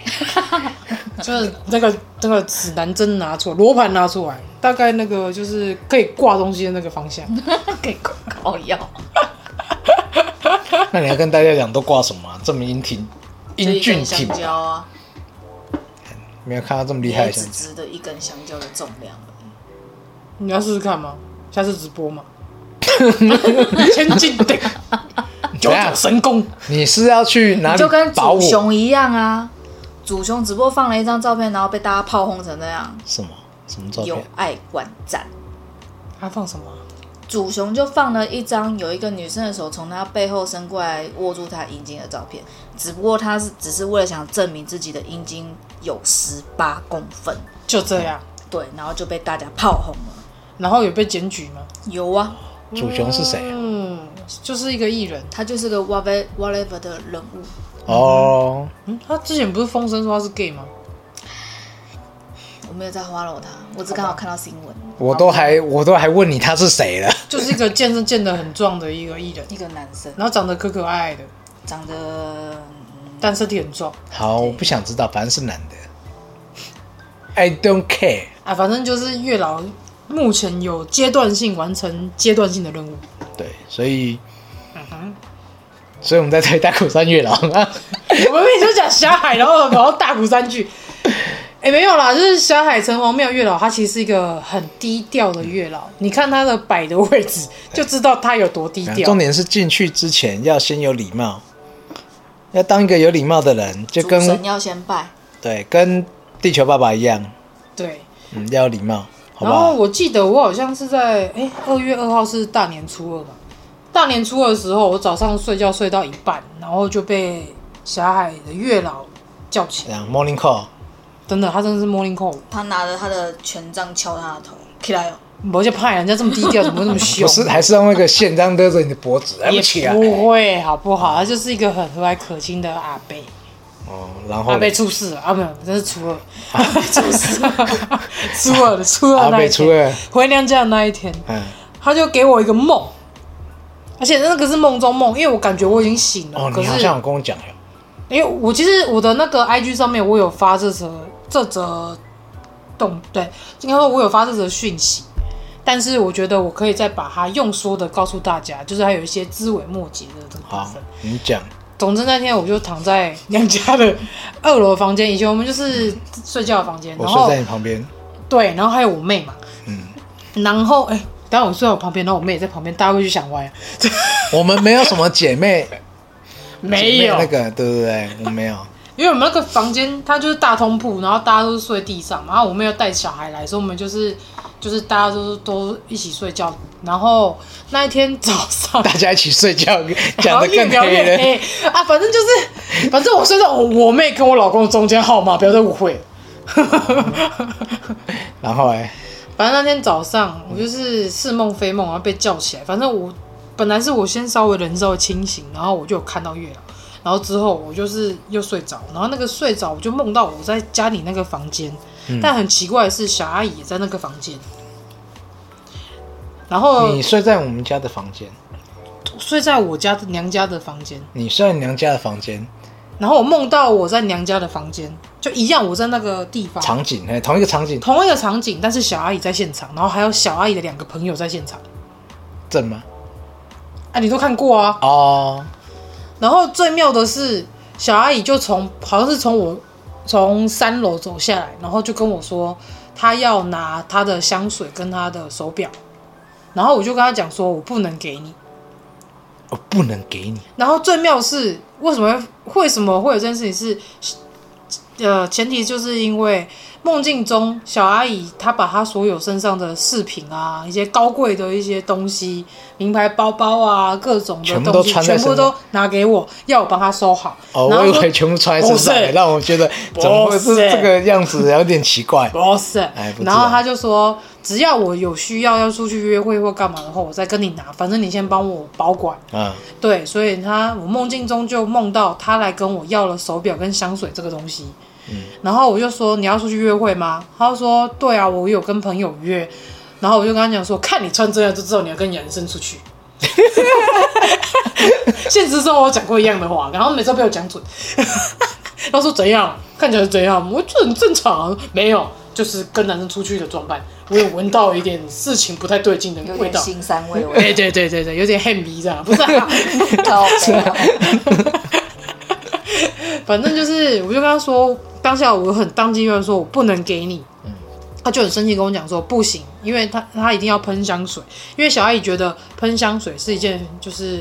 Speaker 2: <laughs>
Speaker 1: 就是那个那个指南针拿出来，罗盘拿出来，大概那个就是可以挂东西的那个方向。
Speaker 4: 给狗膏药，
Speaker 2: 那你要跟大家讲都挂什么啊、这么英挺，
Speaker 4: 就
Speaker 2: 英
Speaker 4: 一
Speaker 2: 俊
Speaker 4: 根香
Speaker 2: 挺拔
Speaker 4: 蕉啊，
Speaker 2: 没有看到这么厉害
Speaker 4: 也
Speaker 2: 的
Speaker 4: 只
Speaker 2: 香蕉。
Speaker 4: 值得一根香蕉的重量而已。
Speaker 1: 你要试试看吗？下次直
Speaker 2: <laughs>
Speaker 1: 播吗？千斤顶，九九神功，
Speaker 2: 你是要去哪里
Speaker 4: 就跟
Speaker 2: 保
Speaker 4: 祖
Speaker 2: 我？
Speaker 4: 雄一样啊，祖雄只不过放了一张照片，然后被大家炮轰成那样，
Speaker 2: 什么什么照
Speaker 4: 有
Speaker 2: 片？
Speaker 4: 爱观战。
Speaker 1: 他放什么啊？
Speaker 4: 祖雄就放了一张有一个女生的手从他背后伸过来握住他阴茎的照片，只不过他是只是为了想证明自己的阴茎有十八公分，
Speaker 1: 就这样，
Speaker 4: 对，然后就被大家炮轰了。
Speaker 1: 然后有被检举吗？
Speaker 4: 有啊，
Speaker 2: 主雄是谁啊？
Speaker 1: 嗯，就是一个艺人。
Speaker 4: 他就是个 whatever whatever 的人物，
Speaker 2: 哦，
Speaker 1: 嗯，他之前不是风声说他是 gay 吗？
Speaker 4: 我没有在花落他，我只刚好看到新闻，
Speaker 2: 我都还我都还问你他是谁了。
Speaker 1: 就是一个健身健得很壮的一个艺人，
Speaker 4: 一个男生
Speaker 1: 然后长得可可爱爱的，
Speaker 4: 长得嗯
Speaker 1: 但身体很壮
Speaker 2: 好，我不想知道，反正是男的。I don't care。
Speaker 1: 啊。反正就是月老目前有阶段性完成阶段性的任务。
Speaker 2: 对，所以，所以我们在推大口山月老啊。
Speaker 1: 我们每次讲霞海，然后跑到大鼓山去。哎、没有啦，就是霞海城隍庙月老，他其实是一个很低调的月老。你看他的摆的位置，就知道他有多低调
Speaker 2: 重。点是进去之前要先有礼貌，要当一个有礼貌的人，就
Speaker 4: 主
Speaker 2: 跟
Speaker 4: 神要先拜，
Speaker 2: 对跟地球爸爸一样，
Speaker 1: 对，
Speaker 2: 嗯，要有礼貌，好不
Speaker 1: 然后
Speaker 2: 好？
Speaker 1: 我记得我好像是在哎二月二号是大年初二吧，大年初二的时候，我早上睡觉睡到一半，然后就被霞海的月老叫起
Speaker 2: 这
Speaker 1: 来。
Speaker 2: 样 morning call，
Speaker 1: 真的，他真的是 morning call，
Speaker 4: 他拿着他的权杖敲他的头，起来哦。
Speaker 1: 我就怕人家这么低调，怎么会那么凶？
Speaker 2: 不 <laughs> 是还是用那个线这样勒着你的脖子，来不起
Speaker 1: 也
Speaker 2: 啊！
Speaker 1: 不会好不好？他就是一个很和蔼可亲的阿贝。
Speaker 2: 哦，然后
Speaker 1: 阿贝出事了啊，没有，真是初二， <laughs> 出事，初二的初二
Speaker 2: 阿
Speaker 1: 那一
Speaker 2: 贝
Speaker 1: 天，
Speaker 2: 初二，
Speaker 1: 回娘家的那一天，
Speaker 2: 嗯，
Speaker 1: 他就给我一个梦，而且那个是梦中梦，因为我感觉我已经醒了，
Speaker 2: 哦，
Speaker 1: 可
Speaker 2: 你
Speaker 1: 是
Speaker 2: 好像有跟我讲哟，
Speaker 1: 因为我其实我的那个 IG 上面我有发这则这则动，对，应该说我有发这则讯息，但是我觉得我可以再把它用说的告诉大家，就是还有一些枝微末节的这个部
Speaker 2: 好
Speaker 1: 分。，
Speaker 2: 你讲，
Speaker 1: 总之那天我就躺在娘家的二楼房间，以前我们就是睡觉的房间，
Speaker 2: 我
Speaker 1: 然
Speaker 2: 睡
Speaker 1: 后
Speaker 2: 在你旁边，
Speaker 1: 对，然后还有我妹嘛，嗯，然后哎，当然我睡在我旁边，然后我妹也在旁边，大家会去想歪，啊
Speaker 2: 我们没有什么姐妹，姐
Speaker 1: <laughs>
Speaker 2: 妹
Speaker 1: 没有 <laughs>
Speaker 2: 那个，对不对？我没有，
Speaker 1: 因为我们那个房间它就是大通铺，然后大家都是睡地上嘛，然后我们有带小孩来，所以我们就是就是大家都都一起睡觉，然后那一天早上
Speaker 2: <laughs> 大家一起睡觉，
Speaker 1: 然
Speaker 2: 讲
Speaker 1: 后
Speaker 2: 的
Speaker 1: 越
Speaker 2: 更
Speaker 1: 描越
Speaker 2: 黑了。
Speaker 1: 黑啊！反正就是，反正我睡在我我妹跟我老公中间号码，不要再误会。 <laughs>
Speaker 2: 然后哎，
Speaker 1: 反正那天早上我就是似梦非梦，然后被叫起来。反正我本来是我先稍微人稍微清醒，然后我就有看到月亮，然后之后我就是又睡着，然后那个睡着我就梦到我在家里那个房间，
Speaker 2: 嗯
Speaker 1: 但很奇怪的是小阿姨也在那个房间。然后
Speaker 2: 你睡在我们家的房间，
Speaker 1: 睡在我家的娘家的房间，
Speaker 2: 你睡在娘家的房间，
Speaker 1: 然后我梦到我在娘家的房间，就一样，我在那个地方，
Speaker 2: 场景哎，同一个场景
Speaker 1: 同一个场景，但是小阿姨在现场，然后还有小阿姨的两个朋友在现场。
Speaker 2: 正吗？
Speaker 1: 啊，你都看过啊。
Speaker 2: 哦，
Speaker 1: 然后最妙的是，小阿姨就从好像是从我从三楼走下来，然后就跟我说，她要拿她的香水跟她的手表，然后我就跟她讲说，我不能给你。
Speaker 2: 我哦不能给你，
Speaker 1: 然后最妙是为什么会为什么会有这件事情是，呃，前提就是因为梦境中小阿姨她把她所有身上的饰品啊，一些高贵的一些东西，名牌包包啊，各种的
Speaker 2: 全部都
Speaker 1: 东西
Speaker 2: 穿在
Speaker 1: 全部
Speaker 2: 身上
Speaker 1: 都拿给我，要我帮她收好。
Speaker 2: 哦，
Speaker 1: 然
Speaker 2: 我
Speaker 1: 后
Speaker 2: 以
Speaker 1: 说
Speaker 2: 为全部穿在身上
Speaker 1: 不，是
Speaker 2: 让我觉得怎么会
Speaker 1: 不
Speaker 2: 是
Speaker 1: 是
Speaker 2: 这个样子，有点奇怪。
Speaker 1: 不是
Speaker 2: 哎不，知道
Speaker 1: 然后他就说，只要我有需要要出去约会或干嘛的话，我再跟你拿，反正你先帮我保管。
Speaker 2: 嗯，
Speaker 1: 对，所以他我梦境中就梦到他来跟我要了手表跟香水这个东西，然后我就说你要出去约会吗？他就说对啊，我有跟朋友约，然后我就跟他讲说，看你穿这样就知道你要跟男生出去。 <laughs> 现实生活我讲过一样的话，然后每次都被我讲准。 <laughs> 他说怎样？看起来是怎样？我就很正常、啊，没有，就是跟男生出去的装扮。我有闻到一点事情不太对劲的
Speaker 4: 有
Speaker 1: 味
Speaker 4: 点
Speaker 1: 道。
Speaker 4: 新三味
Speaker 1: 对
Speaker 4: 味。
Speaker 1: 对对对对，有点 hand 迷这样，不是、啊。
Speaker 4: <laughs> 靠北
Speaker 1: 反正就是，我就跟他说，当下我很当机立断说，我不能给你。他就很生气跟我讲说，不行，因为他他一定要喷香水，因为小阿姨觉得喷香水是一件就是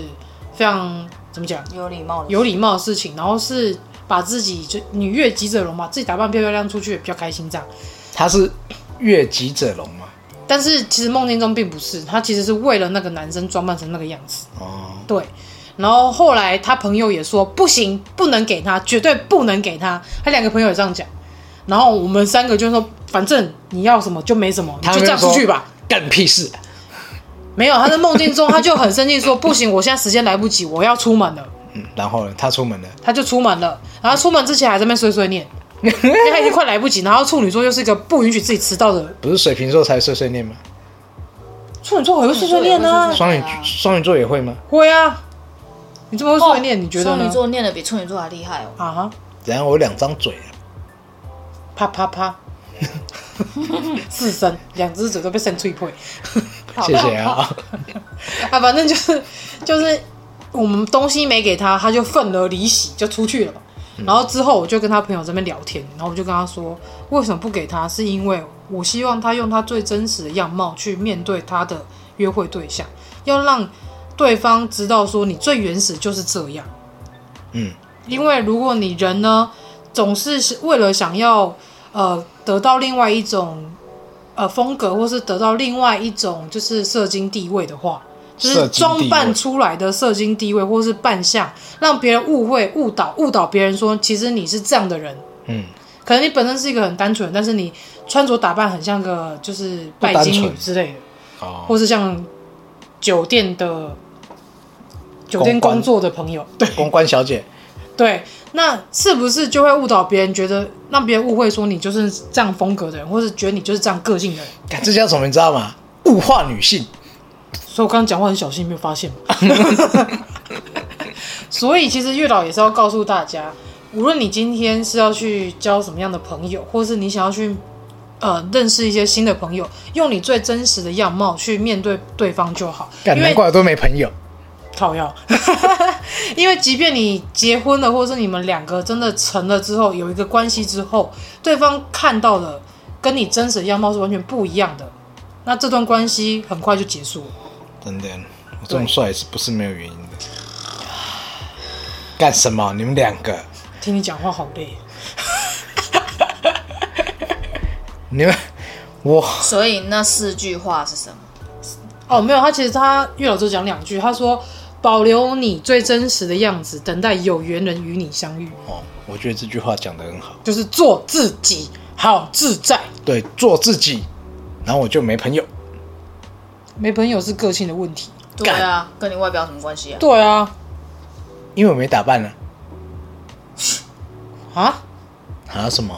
Speaker 1: 非常怎么讲
Speaker 4: 有礼貌的，
Speaker 1: 有礼貌的事情，然后是把自己就你越急者容嘛，自己打扮漂漂亮亮出去也比较开心这样。
Speaker 2: 他是越级者龙嘛？
Speaker 1: 但是其实梦境中并不是，他其实是为了那个男生装扮成那个样子。
Speaker 2: 哦，
Speaker 1: 对，然后后来他朋友也说不行，不能给他，绝对不能给他。他两个朋友也这样讲，然后我们三个就说，反正你要什么就没什么，你
Speaker 2: 他
Speaker 1: 就这样出去吧。，
Speaker 2: 干屁事！
Speaker 1: 没有，他在梦境中他就很生气说，不行，我现在时间来不及，我要出门了。
Speaker 2: 嗯，然后呢，他出门了，
Speaker 1: 他就出门了，然后出门之前还在那边碎碎念，因为他已经快来不及。然后处女座又是一个不允许自己迟到的人，
Speaker 2: 不是水瓶座才碎碎念吗？
Speaker 1: 处女座很会碎碎念啊，
Speaker 2: 双鱼
Speaker 4: 对啊
Speaker 2: 双鱼座哦也会吗？
Speaker 1: 会啊。你这么会碎念，你觉得呢？
Speaker 4: 双鱼座念的比哦处女座还厉害哦。
Speaker 1: 啊哈，
Speaker 2: 然后我有两张嘴啊，
Speaker 1: 啪啪啪， <laughs> 四声，两只嘴都被扇脆破。
Speaker 2: 谢谢
Speaker 1: <laughs>
Speaker 2: 啊。
Speaker 1: 啊，反正就是就是我们东西没给他，他就愤而离席，就出去了嘛。然后之后我就跟他朋友这边聊天，然后我就跟他说，为什么不给他？是因为我希望他用他最真实的样貌去面对他的约会对象，要让对方知道说你最原始就是这样。
Speaker 2: 嗯，
Speaker 1: 因为如果你人呢，总是是为了想要呃得到另外一种呃风格，或是得到另外一种就是社经地位的话，就
Speaker 2: 社
Speaker 1: 是
Speaker 2: 经地
Speaker 1: 装扮
Speaker 2: 位
Speaker 1: 出来的社经地位或是扮相，让别人误会、误导、误导别人说其实你是这样的人。
Speaker 2: 嗯，
Speaker 1: 可能你本身是一个很单纯，但是你穿着打扮很像个就是拜
Speaker 2: 不单
Speaker 1: 金女
Speaker 2: 纯
Speaker 1: 之类的，
Speaker 2: 哦，
Speaker 1: 或是像酒店的酒店
Speaker 2: 公关
Speaker 1: 工作的朋友，
Speaker 2: 公关小姐，
Speaker 1: 对，那是不是就会误导别人，觉得让别人误会说你就是这样风格的人，或是觉得你就是这样个性的人？
Speaker 2: 干这叫什么？你知道吗？物化女性。
Speaker 1: 所以我刚刚讲话很小心，没有发现吗？所以其实月老也是要告诉大家，无论你今天是要去交什么样的朋友，或是你想要去呃认识一些新的朋友，用你最真实的样貌去面对对方就好。
Speaker 2: 干，
Speaker 1: 因为
Speaker 2: 难怪我都没朋友。
Speaker 1: 靠 <laughs> 药，因为即便你结婚了，或者是你们两个真的成了之后，有一个关系之后，对方看到的跟你真实的样貌是完全不一样的，那这段关系很快就结束了。
Speaker 2: 真的，我这么帅是不是没有原因的？干什么？你们两个
Speaker 1: 听你讲话好累。
Speaker 2: 你们，我
Speaker 4: 所以那四句话是什么？
Speaker 1: 哦，没有，他其实他月老就讲两句，他说保留你最真实的样子，等待有缘人与你相遇，
Speaker 2: 哦，我觉得这句话讲得很好。
Speaker 1: 就是做自己，好自在。
Speaker 2: 对，做自己，然后我就没朋友。
Speaker 1: 没朋友是个性的问题。
Speaker 4: 对啊，跟你外表有什么关系啊？
Speaker 1: 对啊，
Speaker 2: 因为我没打扮呢。
Speaker 1: 啊，
Speaker 2: 啊什么？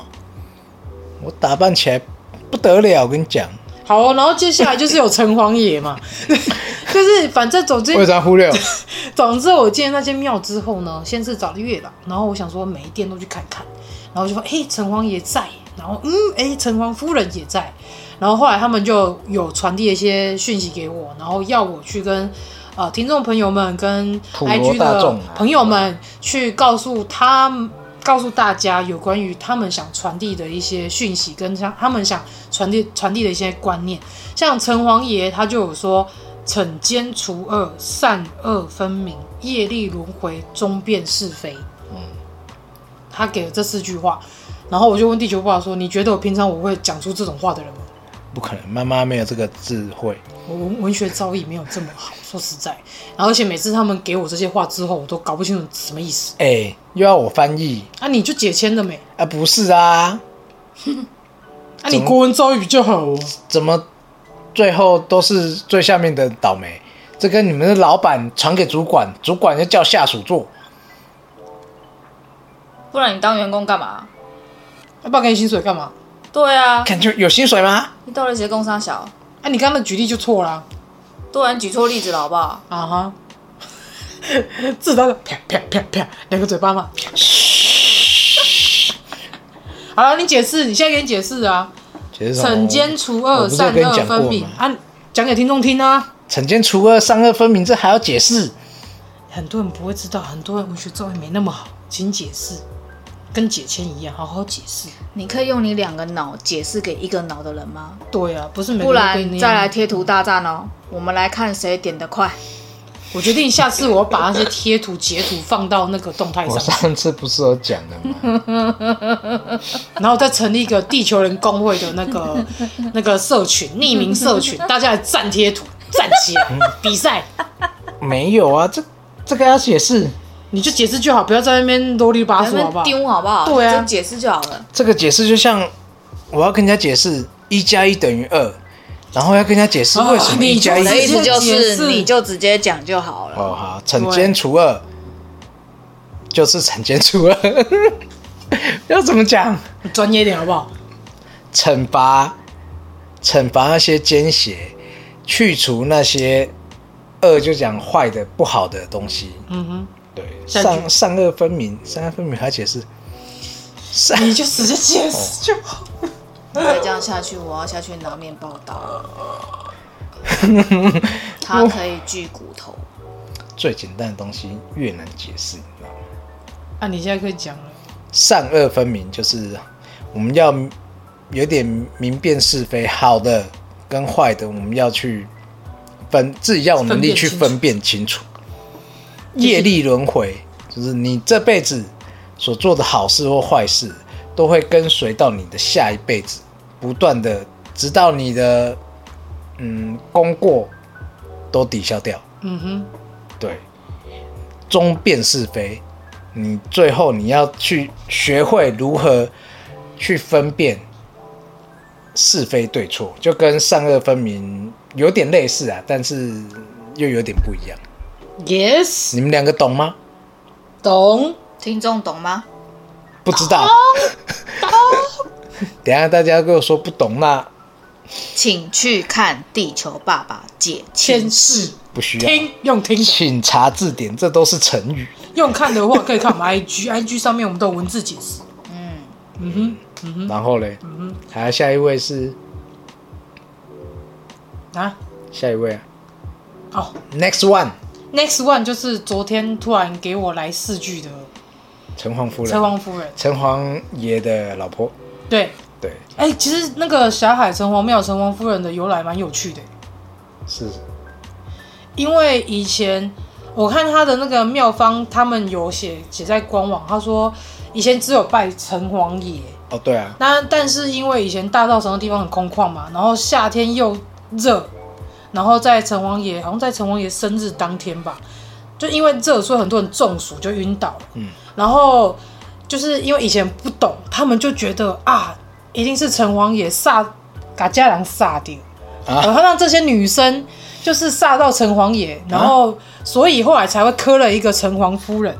Speaker 2: 我打扮起来不得了，我跟你讲。
Speaker 1: 好哦，然后接下来就是有城隍爷
Speaker 2: <laughs>
Speaker 1: 嘛，就是反正总之
Speaker 2: 为啥忽略？
Speaker 1: 总之，我进了那间庙之后呢，先是找了月老，然后我想说每一殿都去看看，然后就说，哎、城隍爷在，然后嗯，哎、城隍夫人也在，然后后来他们就有传递一些讯息给我，然后要我去跟呃听众朋友们、跟
Speaker 2: 普罗
Speaker 1: IG
Speaker 2: 大众
Speaker 1: 的
Speaker 2: 啊
Speaker 1: 朋友们去告诉他们。告诉大家有关于他们想传递的一些讯息，跟像他们想传递传递的一些观念，像城隍爷他就有说：“惩奸除恶，善恶分明，业力轮回，终辨是非。”他给了这四句话，然后我就问地球爸说：“你觉得我平常我会讲出这种话的人吗
Speaker 2: 不可能，妈妈没有这个智慧。？”
Speaker 1: 我文文学造诣没有这么好，说实在，然后而且每次他们给我这些话之后，我都搞不清楚什么意思。
Speaker 2: 哎、又要我翻译
Speaker 1: 啊，你就解签了没？
Speaker 2: 啊？不是啊，
Speaker 1: 啊，你国文造诣比较好哦。
Speaker 2: 怎么最后都是最下面的倒霉？这跟你们的老板传给主管，主管就叫下属做。
Speaker 4: 不然你当员工干嘛？
Speaker 1: 啊要不要给你薪水干嘛？
Speaker 4: 对啊，
Speaker 2: 看就有薪水吗？
Speaker 4: 你到底谁工商小？
Speaker 1: 啊，你刚刚的举例就错啦。
Speaker 4: 突然举错例子了好不好？
Speaker 1: 啊哈， <laughs> 自当的啪啪啪啪，两个嘴巴嘛。啪好了，你解释，你现在给你解释啊。
Speaker 2: 解释什么
Speaker 1: 惩奸除
Speaker 2: 我
Speaker 1: 恶，
Speaker 2: 不是
Speaker 1: 善
Speaker 2: 有跟你
Speaker 1: 恶
Speaker 2: 讲过
Speaker 1: 分明
Speaker 2: 吗
Speaker 1: 啊，讲给听众听啊。
Speaker 2: 惩奸除恶，善恶分明，这还要解释？
Speaker 1: 很多人不会知道，很多人文学造诣没那么好，请解释，跟解签一样，好好解释。
Speaker 4: 你可以用你两个脑解释给一个脑的人吗？
Speaker 1: 对啊，不是每
Speaker 4: 不
Speaker 1: 个人都跟
Speaker 4: 然
Speaker 1: 你
Speaker 4: 再来
Speaker 1: 一样。
Speaker 4: 贴图大战哦。我们来看谁点得快。
Speaker 1: 我决定下次我把那些贴图截图放到那个动态
Speaker 2: 我
Speaker 1: 上，
Speaker 2: 上次不是有讲的吗？
Speaker 1: 然后再成立一个地球人工会的那个那个社群，匿名社群，大家来站贴图，站起来比赛，
Speaker 2: <laughs> 没有啊，这这个要解释，
Speaker 1: 你就解释就好，不要在那边啰里吧嗦，好不
Speaker 4: 们
Speaker 1: 好？
Speaker 4: 丢好不好？
Speaker 1: 对啊
Speaker 4: 就解释就好了。
Speaker 2: 这个解释就像我要跟人家解释一加一等于二，然后要跟人家解释为什
Speaker 1: 啊
Speaker 2: 么
Speaker 1: 你
Speaker 2: 一加
Speaker 1: 哎
Speaker 2: 一
Speaker 4: 我
Speaker 1: 就
Speaker 4: 的
Speaker 2: 等于
Speaker 4: 意
Speaker 1: 直接
Speaker 4: 思就
Speaker 1: 解释
Speaker 4: 是，你就直接讲就好了。
Speaker 2: 哦，好，惩奸除恶就是惩奸除恶， <laughs> 要怎么讲？
Speaker 1: 专业一点好不好？
Speaker 2: 惩罚惩罚那些奸邪，去除那些恶，就讲坏的、不好的东西。
Speaker 1: 嗯
Speaker 2: 对，
Speaker 1: 下
Speaker 2: 善
Speaker 1: 句
Speaker 2: 善恶分明，善恶分明还要解释。善
Speaker 1: 哼，你就直接解释就好。
Speaker 4: 再这样下去，我要下去拿面报
Speaker 1: <laughs>
Speaker 4: 道了。他可以锯骨头，
Speaker 2: 最简单的东西越难解释，你知道吗？
Speaker 1: 啊，你现在可以讲了。
Speaker 2: 善恶分明就是我们要有点明辨是非，好的跟坏的，我们要去分，自己要有能力去分辨清楚。业力轮回就是你这辈子所做的好事或坏事，都会跟随到你的下一辈子，不断的，直到你的嗯功过都抵消掉。
Speaker 1: 嗯哼，
Speaker 2: 对，终辨是非。你最后你要去学会如何去分辨是非对错，就跟善恶分明有点类似啊，但是又有点不一样。
Speaker 1: ，yes，
Speaker 2: 你们两个懂吗？
Speaker 1: 懂。
Speaker 4: 听众懂吗？
Speaker 2: 不知道。 <laughs> 等一下大家跟我说不懂，那
Speaker 4: 请去看《地球爸爸解
Speaker 1: 先
Speaker 4: 签
Speaker 1: 试
Speaker 2: 不需要。
Speaker 1: 听用听的，
Speaker 2: 请查字典，这都是成语。
Speaker 1: 用看的话可以看我们 IG，IG 上面我们都有文字解释。
Speaker 2: 然后嘞，还有下一位是
Speaker 1: 啊，
Speaker 2: 下一位啊
Speaker 1: 哦
Speaker 2: ，next one，
Speaker 1: ，next one 就是昨天突然给我来四句的
Speaker 2: 城隍夫人，
Speaker 1: 车王夫人。
Speaker 2: 城隍爷的老婆，
Speaker 1: 对，
Speaker 2: 对，
Speaker 1: 哎、其实那个霞海城隍庙城隍夫人的由来蛮有趣的，
Speaker 2: 是
Speaker 1: 因为以前我看他的那个妙方，他们有写写在官网，他说以前只有拜城隍爷，
Speaker 2: 哦，对啊，
Speaker 1: 那但是因为以前大稻城的地方很空旷嘛，然后夏天又热，然后在城隍爷好像在城隍爷生日当天吧，就因为热，所以很多人中暑就晕倒了。
Speaker 2: 嗯，
Speaker 1: 然后就是因为以前不懂，他们就觉得啊，一定是城隍爷煞嘎家郎煞掉，
Speaker 2: 啊
Speaker 1: 然后让这些女生就是煞到城隍爷，然
Speaker 2: 啊
Speaker 1: 后、所以后来才会磕了一个城隍夫人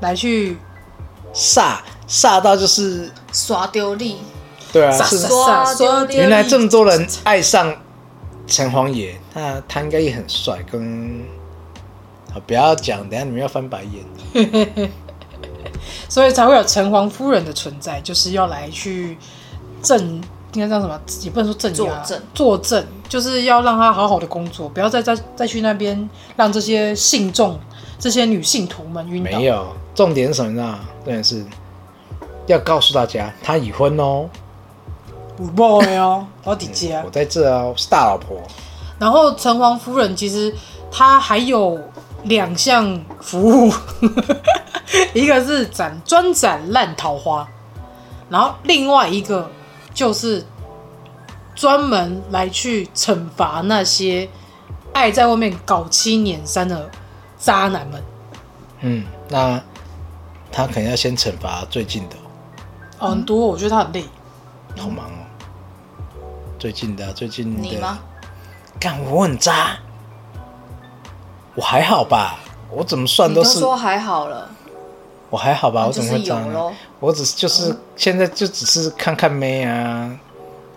Speaker 1: 来去
Speaker 2: 煞煞到就是，
Speaker 4: 耍丢力，
Speaker 2: 对啊，
Speaker 1: 煞
Speaker 2: 是
Speaker 1: 煞煞
Speaker 4: 说
Speaker 1: 说
Speaker 4: 丢
Speaker 2: 原来这么
Speaker 4: 力，
Speaker 2: 多人爱上城隍爷，那他应该也很帅，跟好不要讲，等一下你们要翻白眼。
Speaker 1: 所以才会有城隍夫人的存在，就是要来去镇，应该叫什么？也不能说镇压，
Speaker 4: 作证
Speaker 1: 作证，就是要让他好好的工作，不要再再再去那边让这些信众、这些女信徒们晕倒。
Speaker 2: 没有，重点是什么呢？重点是要告诉大家，他已婚哦，
Speaker 1: 不 boy 哦，老底家
Speaker 2: 我。在这哦，是大老婆。
Speaker 1: 然后城隍夫人其实她还有两项服务， <laughs> 一个是展专展烂桃花，然后另外一个就是专门来去惩罚那些爱在外面搞七捻三的渣男们。
Speaker 2: 嗯，那他可能要先惩罚最近的哦、
Speaker 1: 哦，很多，我觉得他很累。
Speaker 2: 好忙哦。最近的啊，最近的。
Speaker 4: 你吗？？
Speaker 2: 干，我很渣。我还好吧？我怎么算
Speaker 4: 你
Speaker 2: 都
Speaker 4: 都
Speaker 2: 是
Speaker 4: 说还好了，
Speaker 2: 我还好吧？
Speaker 4: 那
Speaker 2: 我
Speaker 4: 就
Speaker 2: 怎么
Speaker 4: 是
Speaker 2: 会
Speaker 4: 有
Speaker 2: 渣呢？
Speaker 4: 咯。嗯
Speaker 2: 我只是就是现在就只是看看妹啊，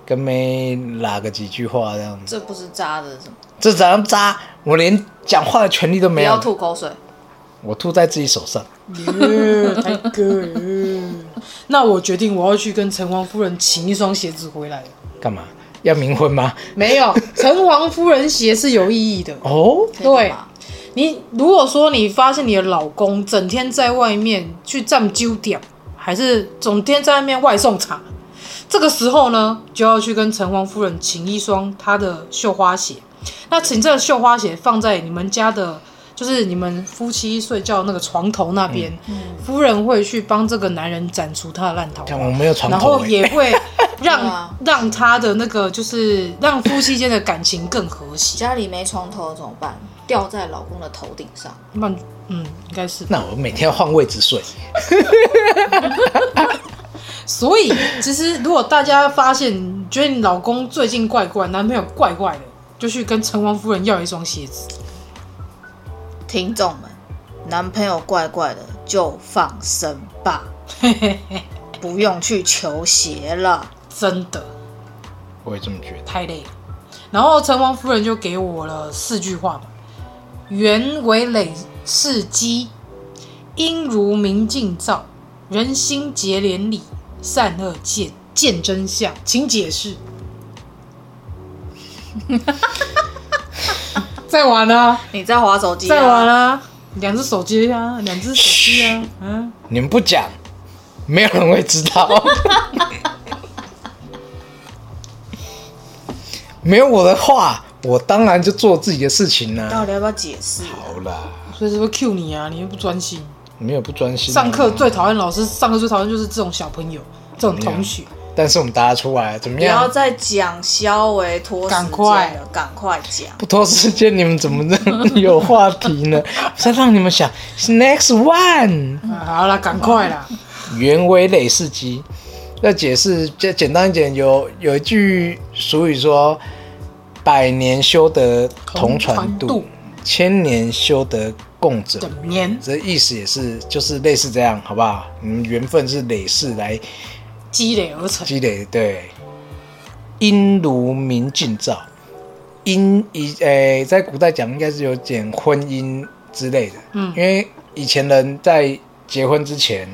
Speaker 2: 跟妹拉个几句话这样子。
Speaker 4: 这不是渣的什么？
Speaker 2: 这怎样渣？我连讲话的权利都
Speaker 4: 不
Speaker 2: 没
Speaker 4: 要
Speaker 2: 有，
Speaker 4: 吐口水，
Speaker 2: 我吐在自己手上。
Speaker 1: <laughs> 耶太哥，那我决定我要去跟城隍夫人请一双鞋子回来了。
Speaker 2: 干嘛？要冥婚吗？
Speaker 1: 没有，城隍夫人鞋是有意义的。
Speaker 2: 哦，
Speaker 4: 可以干
Speaker 1: 对
Speaker 4: 嘛
Speaker 1: 你如果说你发现你的老公整天在外面去占酒点，还是整天在外面外送茶，这个时候呢，就要去跟城隍夫人请一双她的绣花鞋。那请这个绣花鞋放在你们家的，就是你们夫妻睡觉那个床头那边，
Speaker 4: 嗯
Speaker 1: 夫人会去帮这个男人斩除他的烂桃
Speaker 2: 看
Speaker 1: 花
Speaker 2: 我。没有床
Speaker 1: 然
Speaker 2: 头、
Speaker 1: 后
Speaker 2: 欸。
Speaker 1: 也
Speaker 4: <laughs>
Speaker 1: 会
Speaker 4: 对
Speaker 1: 让
Speaker 4: 啊
Speaker 1: 让他的那个，就是让夫妻间的感情更和谐。
Speaker 4: 家里没床头怎么办？吊在老公的头顶上，
Speaker 1: 那嗯，应该是吧。
Speaker 2: 那我每天要换位置睡。
Speaker 1: 所以，其实如果大家发现你觉得你老公最近怪怪，男朋友怪怪的，就去跟城隍夫人要一双鞋子。
Speaker 4: 听众们，男朋友怪怪的就放生
Speaker 1: <laughs>
Speaker 4: 吧，不用去求鞋了。
Speaker 1: 真的
Speaker 2: 我也这么觉得。
Speaker 1: 太累了。然后城隍夫人就给我了四句话嘛：原为累世积，应如明镜照，人心结连理，善恶见见真相，请解释。 <laughs> 在玩啊！
Speaker 4: 你在划手机、
Speaker 1: 在玩
Speaker 4: 啊？
Speaker 1: 啊，两只手机啊，两只手机啊，嗯，
Speaker 2: 你们不讲，没有人会知道。 <laughs> 没有我的话，我当然就做自己的事情啦、
Speaker 4: 到底要不要解释？
Speaker 2: 好啦，
Speaker 1: 所以是会 Q 你啊，你又不专心。
Speaker 2: 没有不专心啊、
Speaker 1: 上课最讨厌老师，上课最讨厌就是这种小朋友，这种同学。
Speaker 2: 但是我们答得出来，怎么
Speaker 4: 不要
Speaker 2: 样？
Speaker 4: 再讲肖维拖时
Speaker 1: 赶
Speaker 4: 间
Speaker 1: 快
Speaker 4: 了，赶快讲。
Speaker 2: 不拖时间，你们怎么能 <laughs> 有话题呢？我再让你们想，next one，
Speaker 1: 啊好啦，赶快
Speaker 2: <laughs>
Speaker 1: 啦，
Speaker 2: 原为累世积。要解释，简简单一点，有有一句俗语说：“百年修得同船渡，
Speaker 1: 同船渡
Speaker 2: 千年修得共枕
Speaker 1: 整年
Speaker 2: 这意思也是，就是类似这样，好不好？你们缘分是累世来
Speaker 1: 积累而成。
Speaker 2: 积累，对。音如明镜照，音以诶、在古代讲应该是有点婚姻之类的，
Speaker 1: 嗯
Speaker 2: 因为以前人在结婚之前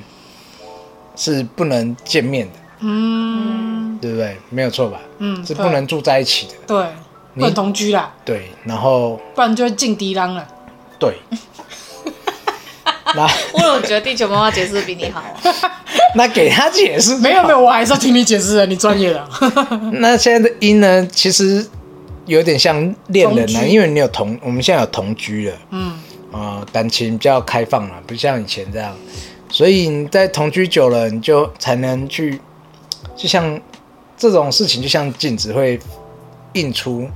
Speaker 2: 是不能见面的，
Speaker 1: 嗯
Speaker 2: 对不对？没有错吧？
Speaker 1: 嗯，
Speaker 2: 是不能住在一起的，
Speaker 1: 对，
Speaker 2: 你
Speaker 1: 不能同居啦，
Speaker 2: 对。然后
Speaker 1: 不然就会进敌
Speaker 2: <laughs>
Speaker 1: 狼了。 <laughs>
Speaker 2: 对，那
Speaker 4: 我有觉得地球妈妈解释得比你好、
Speaker 1: <laughs>
Speaker 4: 啊，
Speaker 2: 那给他解释，
Speaker 1: 没有没有，我还是要听你解释的，你专业
Speaker 2: <laughs>
Speaker 1: 的。
Speaker 2: 那现在的音呢，其实有点像恋人啊，
Speaker 1: 同居
Speaker 2: 因为你有同，我们现在有同居了，
Speaker 1: 嗯，
Speaker 2: 呃感情比较开放了，不像以前这样。所以你在同居久了，你就才能去，就像这种事情，就像镜子会映出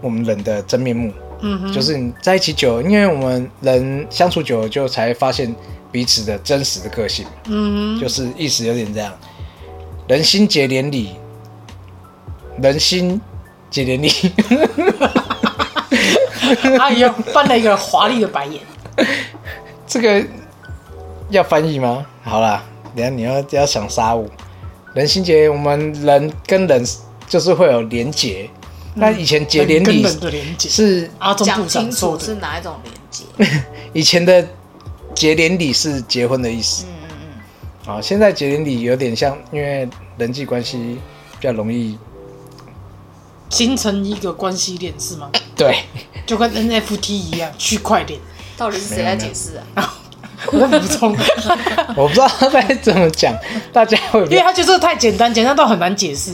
Speaker 2: 我们人的真面目。
Speaker 1: 嗯哼，
Speaker 2: 就是你在一起久了，因为我们人相处久了，就才发现彼此的真实的个性。
Speaker 1: 嗯哼，
Speaker 2: 就是意思有点这样，人心结连理，人心结连理， <laughs>
Speaker 1: 阿啊姨又翻了一个华丽的白眼。
Speaker 2: 这个要翻译吗？好啦，等一下你要要想杀我，人心结，我们人跟人就是会有连结，那以前结
Speaker 4: 嗯
Speaker 2: 连
Speaker 1: 根
Speaker 2: 理
Speaker 1: 本的连结
Speaker 2: 是
Speaker 1: 阿中部
Speaker 4: 讲
Speaker 1: 长
Speaker 4: 清
Speaker 1: 说
Speaker 4: 楚
Speaker 1: 的
Speaker 4: 是，哪一种连接。
Speaker 2: 以前的结连理是结婚的意思，
Speaker 4: 嗯嗯
Speaker 2: 啊，现在结连理有点像，因为人际关系比较容易，
Speaker 1: 形成一个关系链是吗？
Speaker 2: 对，
Speaker 1: 就跟 NFT 一样，区块
Speaker 2: <laughs>
Speaker 1: 链。
Speaker 4: 嗯，到底是谁在解释啊？
Speaker 1: 我补充， <laughs>
Speaker 2: 我不知道该怎么讲，大家会不
Speaker 1: 因为
Speaker 2: 会
Speaker 1: 它就是太简单，简单到很难解释，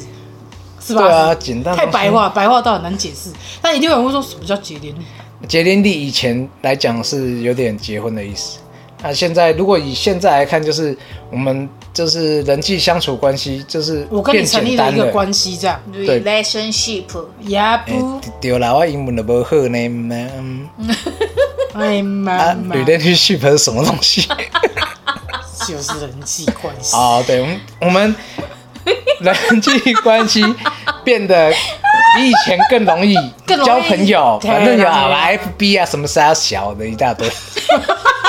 Speaker 1: 是吧？
Speaker 2: 对啊简单到
Speaker 1: 太白话，白话到很难解释。但一定有人会说什么叫节点？
Speaker 2: 结连理以前来讲是有点结婚的意思，那现在如果以现在来看，就是我们就是人际相处关系，就是
Speaker 1: 我跟
Speaker 2: 变
Speaker 1: 你成立
Speaker 2: 简
Speaker 1: 了
Speaker 2: 单
Speaker 1: 一个关系，这样
Speaker 2: 对
Speaker 4: relationship
Speaker 1: 也
Speaker 2: 哎 <laughs>
Speaker 1: 不
Speaker 2: 对啦，我英文都不好呢，嗯，
Speaker 1: 哎妈
Speaker 2: 啊
Speaker 1: 妈，
Speaker 2: ，relationship 是什么东
Speaker 1: <laughs>
Speaker 2: 西？
Speaker 1: 就是人际关系。
Speaker 2: 哦，对，我们我们人际关系变得比以前更容易
Speaker 1: <laughs> 更容易
Speaker 2: 交朋友，
Speaker 1: 对
Speaker 2: 反正
Speaker 1: 对
Speaker 2: 有
Speaker 1: 对
Speaker 2: R F B 啊，什么啥小的一大堆，
Speaker 1: <laughs>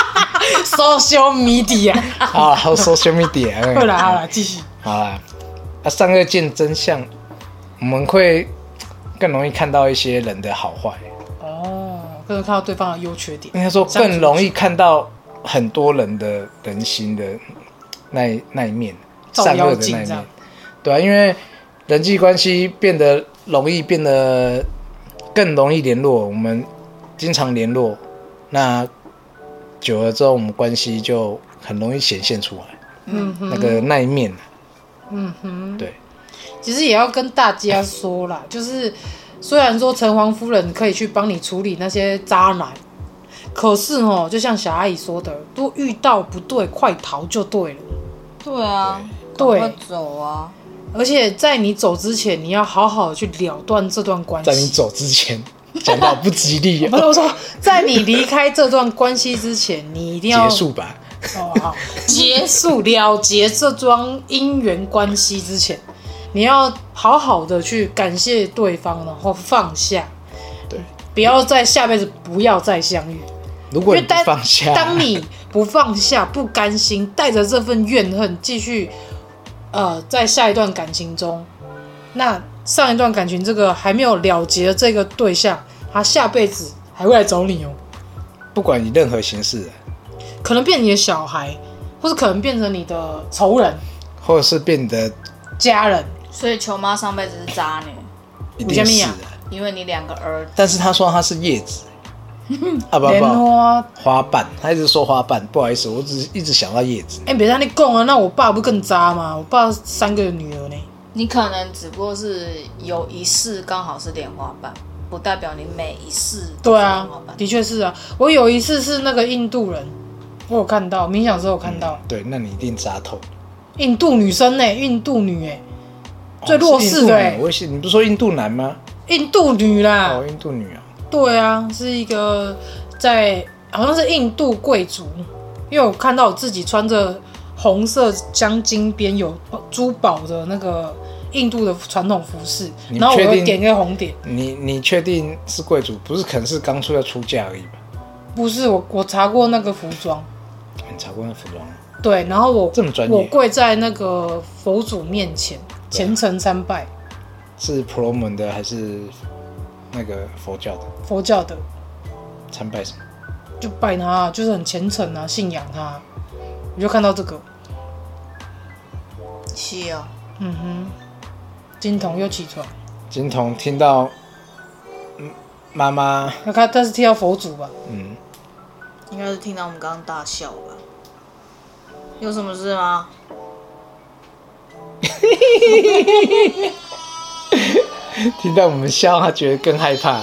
Speaker 1: Social media，
Speaker 2: 啊，还有 social media，
Speaker 1: <laughs>
Speaker 2: 嗯
Speaker 1: 好啦好啦，继续。
Speaker 2: 好啦，啊，上课见真相，我们会更容易看到一些人的好坏，
Speaker 1: 哦，更能看到对方的优缺点
Speaker 2: 应。该说
Speaker 1: 相处
Speaker 2: 更容易看到很多人的人心的那一那一面，
Speaker 1: 照
Speaker 2: 善
Speaker 1: 妖
Speaker 2: 恶的
Speaker 1: 镜
Speaker 2: 那一
Speaker 1: 这样
Speaker 2: 面，对啊，因为人际关系变得容易，变得更容易联络，我们经常联络，那久了之后，我们关系就很容易显现出来，
Speaker 1: 嗯哼，
Speaker 2: 那个那一面，
Speaker 1: 嗯哼，
Speaker 2: 对。
Speaker 1: 其实也要跟大家说啦， <laughs> 就是虽然说城隍夫人可以去帮你处理那些渣男，可是哦，就像小阿姨说的，都遇到不对，快逃就对了。
Speaker 4: 对啊，
Speaker 1: 对
Speaker 4: 赶快走啊！
Speaker 1: 而且在你走之前，你要好好的去了断这段关
Speaker 2: 在你
Speaker 1: 系。
Speaker 2: 走之前讲到不吉利
Speaker 1: 不
Speaker 2: 啊，
Speaker 1: 是 <laughs> 我说，在你离开这段关系之前，你一定要
Speaker 2: 结束吧。
Speaker 1: 哦，好， <laughs> 结束了结这桩姻缘关系之前，你要好好的去感谢对方，然后放下，
Speaker 2: 对，
Speaker 1: 不要在下辈子不要再相遇。
Speaker 2: 如
Speaker 1: 因
Speaker 2: 果
Speaker 1: 为
Speaker 2: 你不
Speaker 1: 当
Speaker 2: 放下，
Speaker 1: 当你不放下、不甘心，带着这份怨恨继续，呃，在下一段感情中，那上一段感情这个还没有了结的这个对象，他下辈子还会来找你哦。
Speaker 2: 不管你任何形式，
Speaker 1: 可能变你的小孩，或者可能变成你的仇人、
Speaker 2: 或者是变得
Speaker 1: 家人，
Speaker 4: 所以球妈上辈子是渣女，
Speaker 2: 一定
Speaker 1: 有
Speaker 2: 是
Speaker 1: 什
Speaker 2: 啊
Speaker 1: 么，
Speaker 4: 因为你两个儿
Speaker 2: 但是他说他是叶
Speaker 1: <laughs>
Speaker 2: 子，啊不
Speaker 1: 莲
Speaker 2: 不，
Speaker 1: 花。
Speaker 2: 花瓣，他一直说花瓣，不好意思，我只是一直想到叶子。
Speaker 1: 哎、别让你供啊！那我爸不更渣吗？我爸三个女儿呢。
Speaker 4: 你可能只不过是有一世刚好是莲花瓣，不代表你每一世都
Speaker 1: 对
Speaker 4: 是
Speaker 1: 啊
Speaker 4: 莲花，瓣。
Speaker 1: 的确是啊。我有一次是那个印度人，我有看到冥想时候有看到、
Speaker 2: 对，那你一定扎透。
Speaker 1: 印度女生呢、印度女哎、最
Speaker 2: 哦是
Speaker 1: 弱势的
Speaker 2: 印度
Speaker 1: 欸
Speaker 2: 女我是你不是说印度男吗？
Speaker 1: 印度女啦。
Speaker 2: 哦，印度女啊，
Speaker 1: 对啊，是一个在好像是印度贵族，因为我看到我自己穿着红色镶金边有珠宝的那个印度的传统服饰，
Speaker 2: 你
Speaker 1: 然后我
Speaker 2: 确
Speaker 1: 有
Speaker 2: 定
Speaker 1: 点一个红点。
Speaker 2: 你你确定是贵族？不是，可能是刚出要出嫁而已吧？
Speaker 1: 不是我，我查过那个服装。
Speaker 2: 你查过那服装？
Speaker 1: 对，然后我
Speaker 2: 这么专业
Speaker 1: 我跪在那个佛祖面前虔诚参拜
Speaker 2: 是婆罗门的还是那个佛教的？
Speaker 1: 佛教的，
Speaker 2: 参拜什么？
Speaker 1: 就拜他，就是很虔诚啊，信仰他。我就看到这个，
Speaker 4: 是哦，
Speaker 1: 嗯哼，金童又起床，
Speaker 2: 金童听到，嗯，妈妈，
Speaker 1: 那他但是听到佛祖吧，
Speaker 2: 嗯，
Speaker 4: 应该是听到我们刚刚大笑吧？有什么事吗？
Speaker 2: 听到我们笑，他觉得更害怕。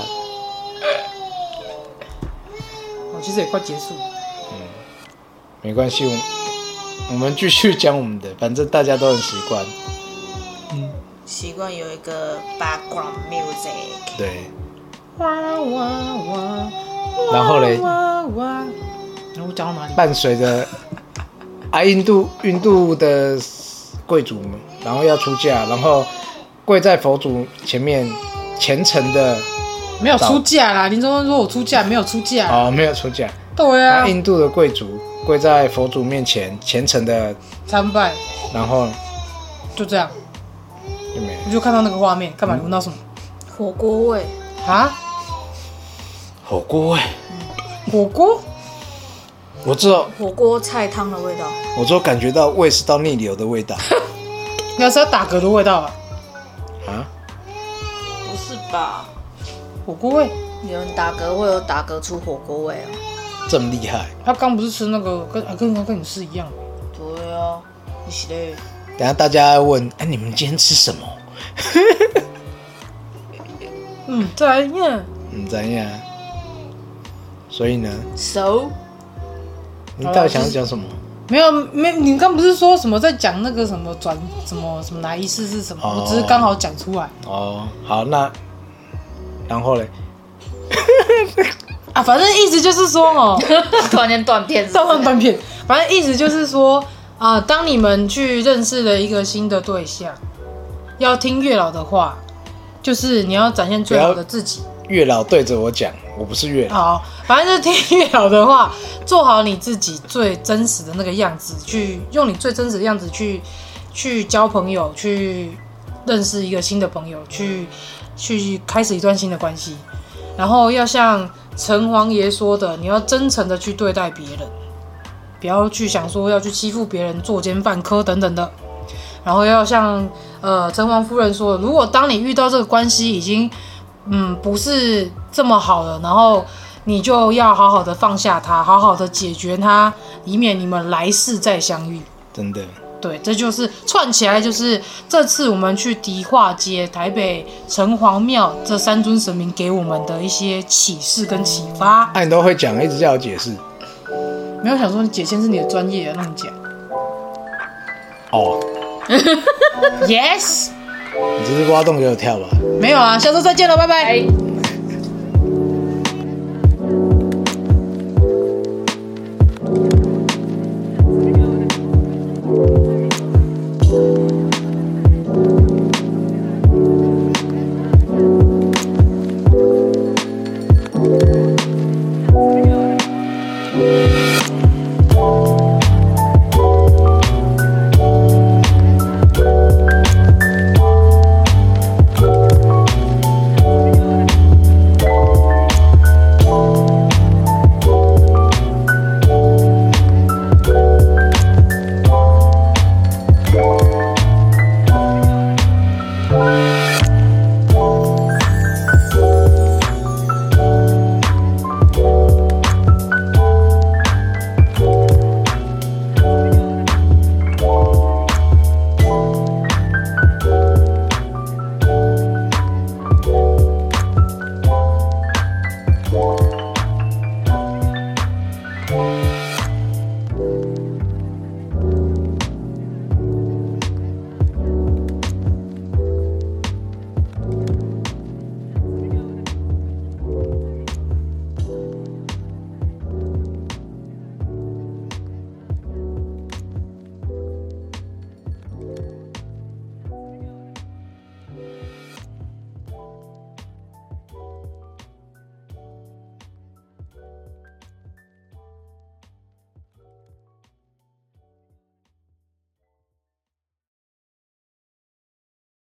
Speaker 1: 哦其实也快结束了。
Speaker 2: 没关系，我们我们继续讲我们的，反正大家都很习惯。
Speaker 4: 习惯有一个 background music，
Speaker 2: 对，
Speaker 1: 哇哇哇！
Speaker 2: 然后嘞，
Speaker 1: 哇哇！然后讲到哪里？
Speaker 2: 伴随着啊印度印度的贵族，然后要出嫁，然后跪在佛祖前面虔诚的
Speaker 1: 没有出嫁啦，林中恩说我出嫁，没有出嫁。
Speaker 2: 哦，哎没有出嫁。
Speaker 1: 对啊
Speaker 2: 那，印度的贵族跪在佛祖面前虔诚的，
Speaker 1: 参拜
Speaker 2: 然后
Speaker 1: 就这样，
Speaker 2: 就没了
Speaker 1: 你就看到那个画面，干嘛？你闻到什么？
Speaker 4: 火锅味，
Speaker 2: 嗯
Speaker 1: 啊？
Speaker 2: 火锅味。
Speaker 1: 火锅？
Speaker 2: 我只有
Speaker 4: 火锅菜汤的味道。
Speaker 2: 我只有感觉到胃食道逆流的味道 <laughs>
Speaker 1: 你要是要打嗝的味道啊？
Speaker 2: 啊！
Speaker 4: 不是吧？
Speaker 1: 火锅味？
Speaker 4: 有人打嗝会有打嗝出火锅味啊？
Speaker 2: 这么厉害，
Speaker 1: 他刚不是吃那个跟啊跟跟跟你是一样的？
Speaker 4: 对啊，你是嘞？
Speaker 2: 等一下大家问，哎、你们今天吃什么？
Speaker 1: 嗯，再来一遍。
Speaker 2: 嗯，怎样？所以呢，
Speaker 4: 熟
Speaker 2: 你到底想要讲什么？
Speaker 1: 没有没，你刚不是说什么在讲那个什么转什么什么哪一世是什么？
Speaker 2: 哦
Speaker 1: 我只是刚好讲出来
Speaker 2: 哦，好，那然后嘞，
Speaker 1: 啊，反正意思就是说 <laughs> 哦，
Speaker 4: <laughs> 突然间断片是不
Speaker 1: 断断
Speaker 4: 是，
Speaker 1: 断片，反正意思就是说啊、当你们去认识了一个新的对象，要听月老的话，就是你要展现最好的自己。
Speaker 2: 月老对着我讲，我不是月老，
Speaker 1: 好，反正就是听月老的话，做好你自己最真实的那个样子，去用你最真实的样子去去交朋友，去认识一个新的朋友，去去开始一段新的关系。然后要像城隍爷说的，你要真诚的去对待别人，不要去想说要去欺负别人、作奸犯科等等的。然后要像呃城隍夫人说的，如果当你遇到这个关系已经嗯不是这么好了，然后你就要好好的放下它，好好的解决它，以免你们来世再相遇。
Speaker 2: 真的。
Speaker 1: 对，这就是串起来，就是这次我们去迪化街、台北城隍庙这三尊神明给我们的一些启示跟启发。
Speaker 2: 啊那、你都会讲，一直叫我解释。
Speaker 1: 没有想说姐先是你的专业，啊让你讲。
Speaker 2: 哦，
Speaker 1: Yes，
Speaker 2: 你这是挖洞给我跳吧？
Speaker 1: 没有啊，下周再见了，拜拜。
Speaker 4: 哎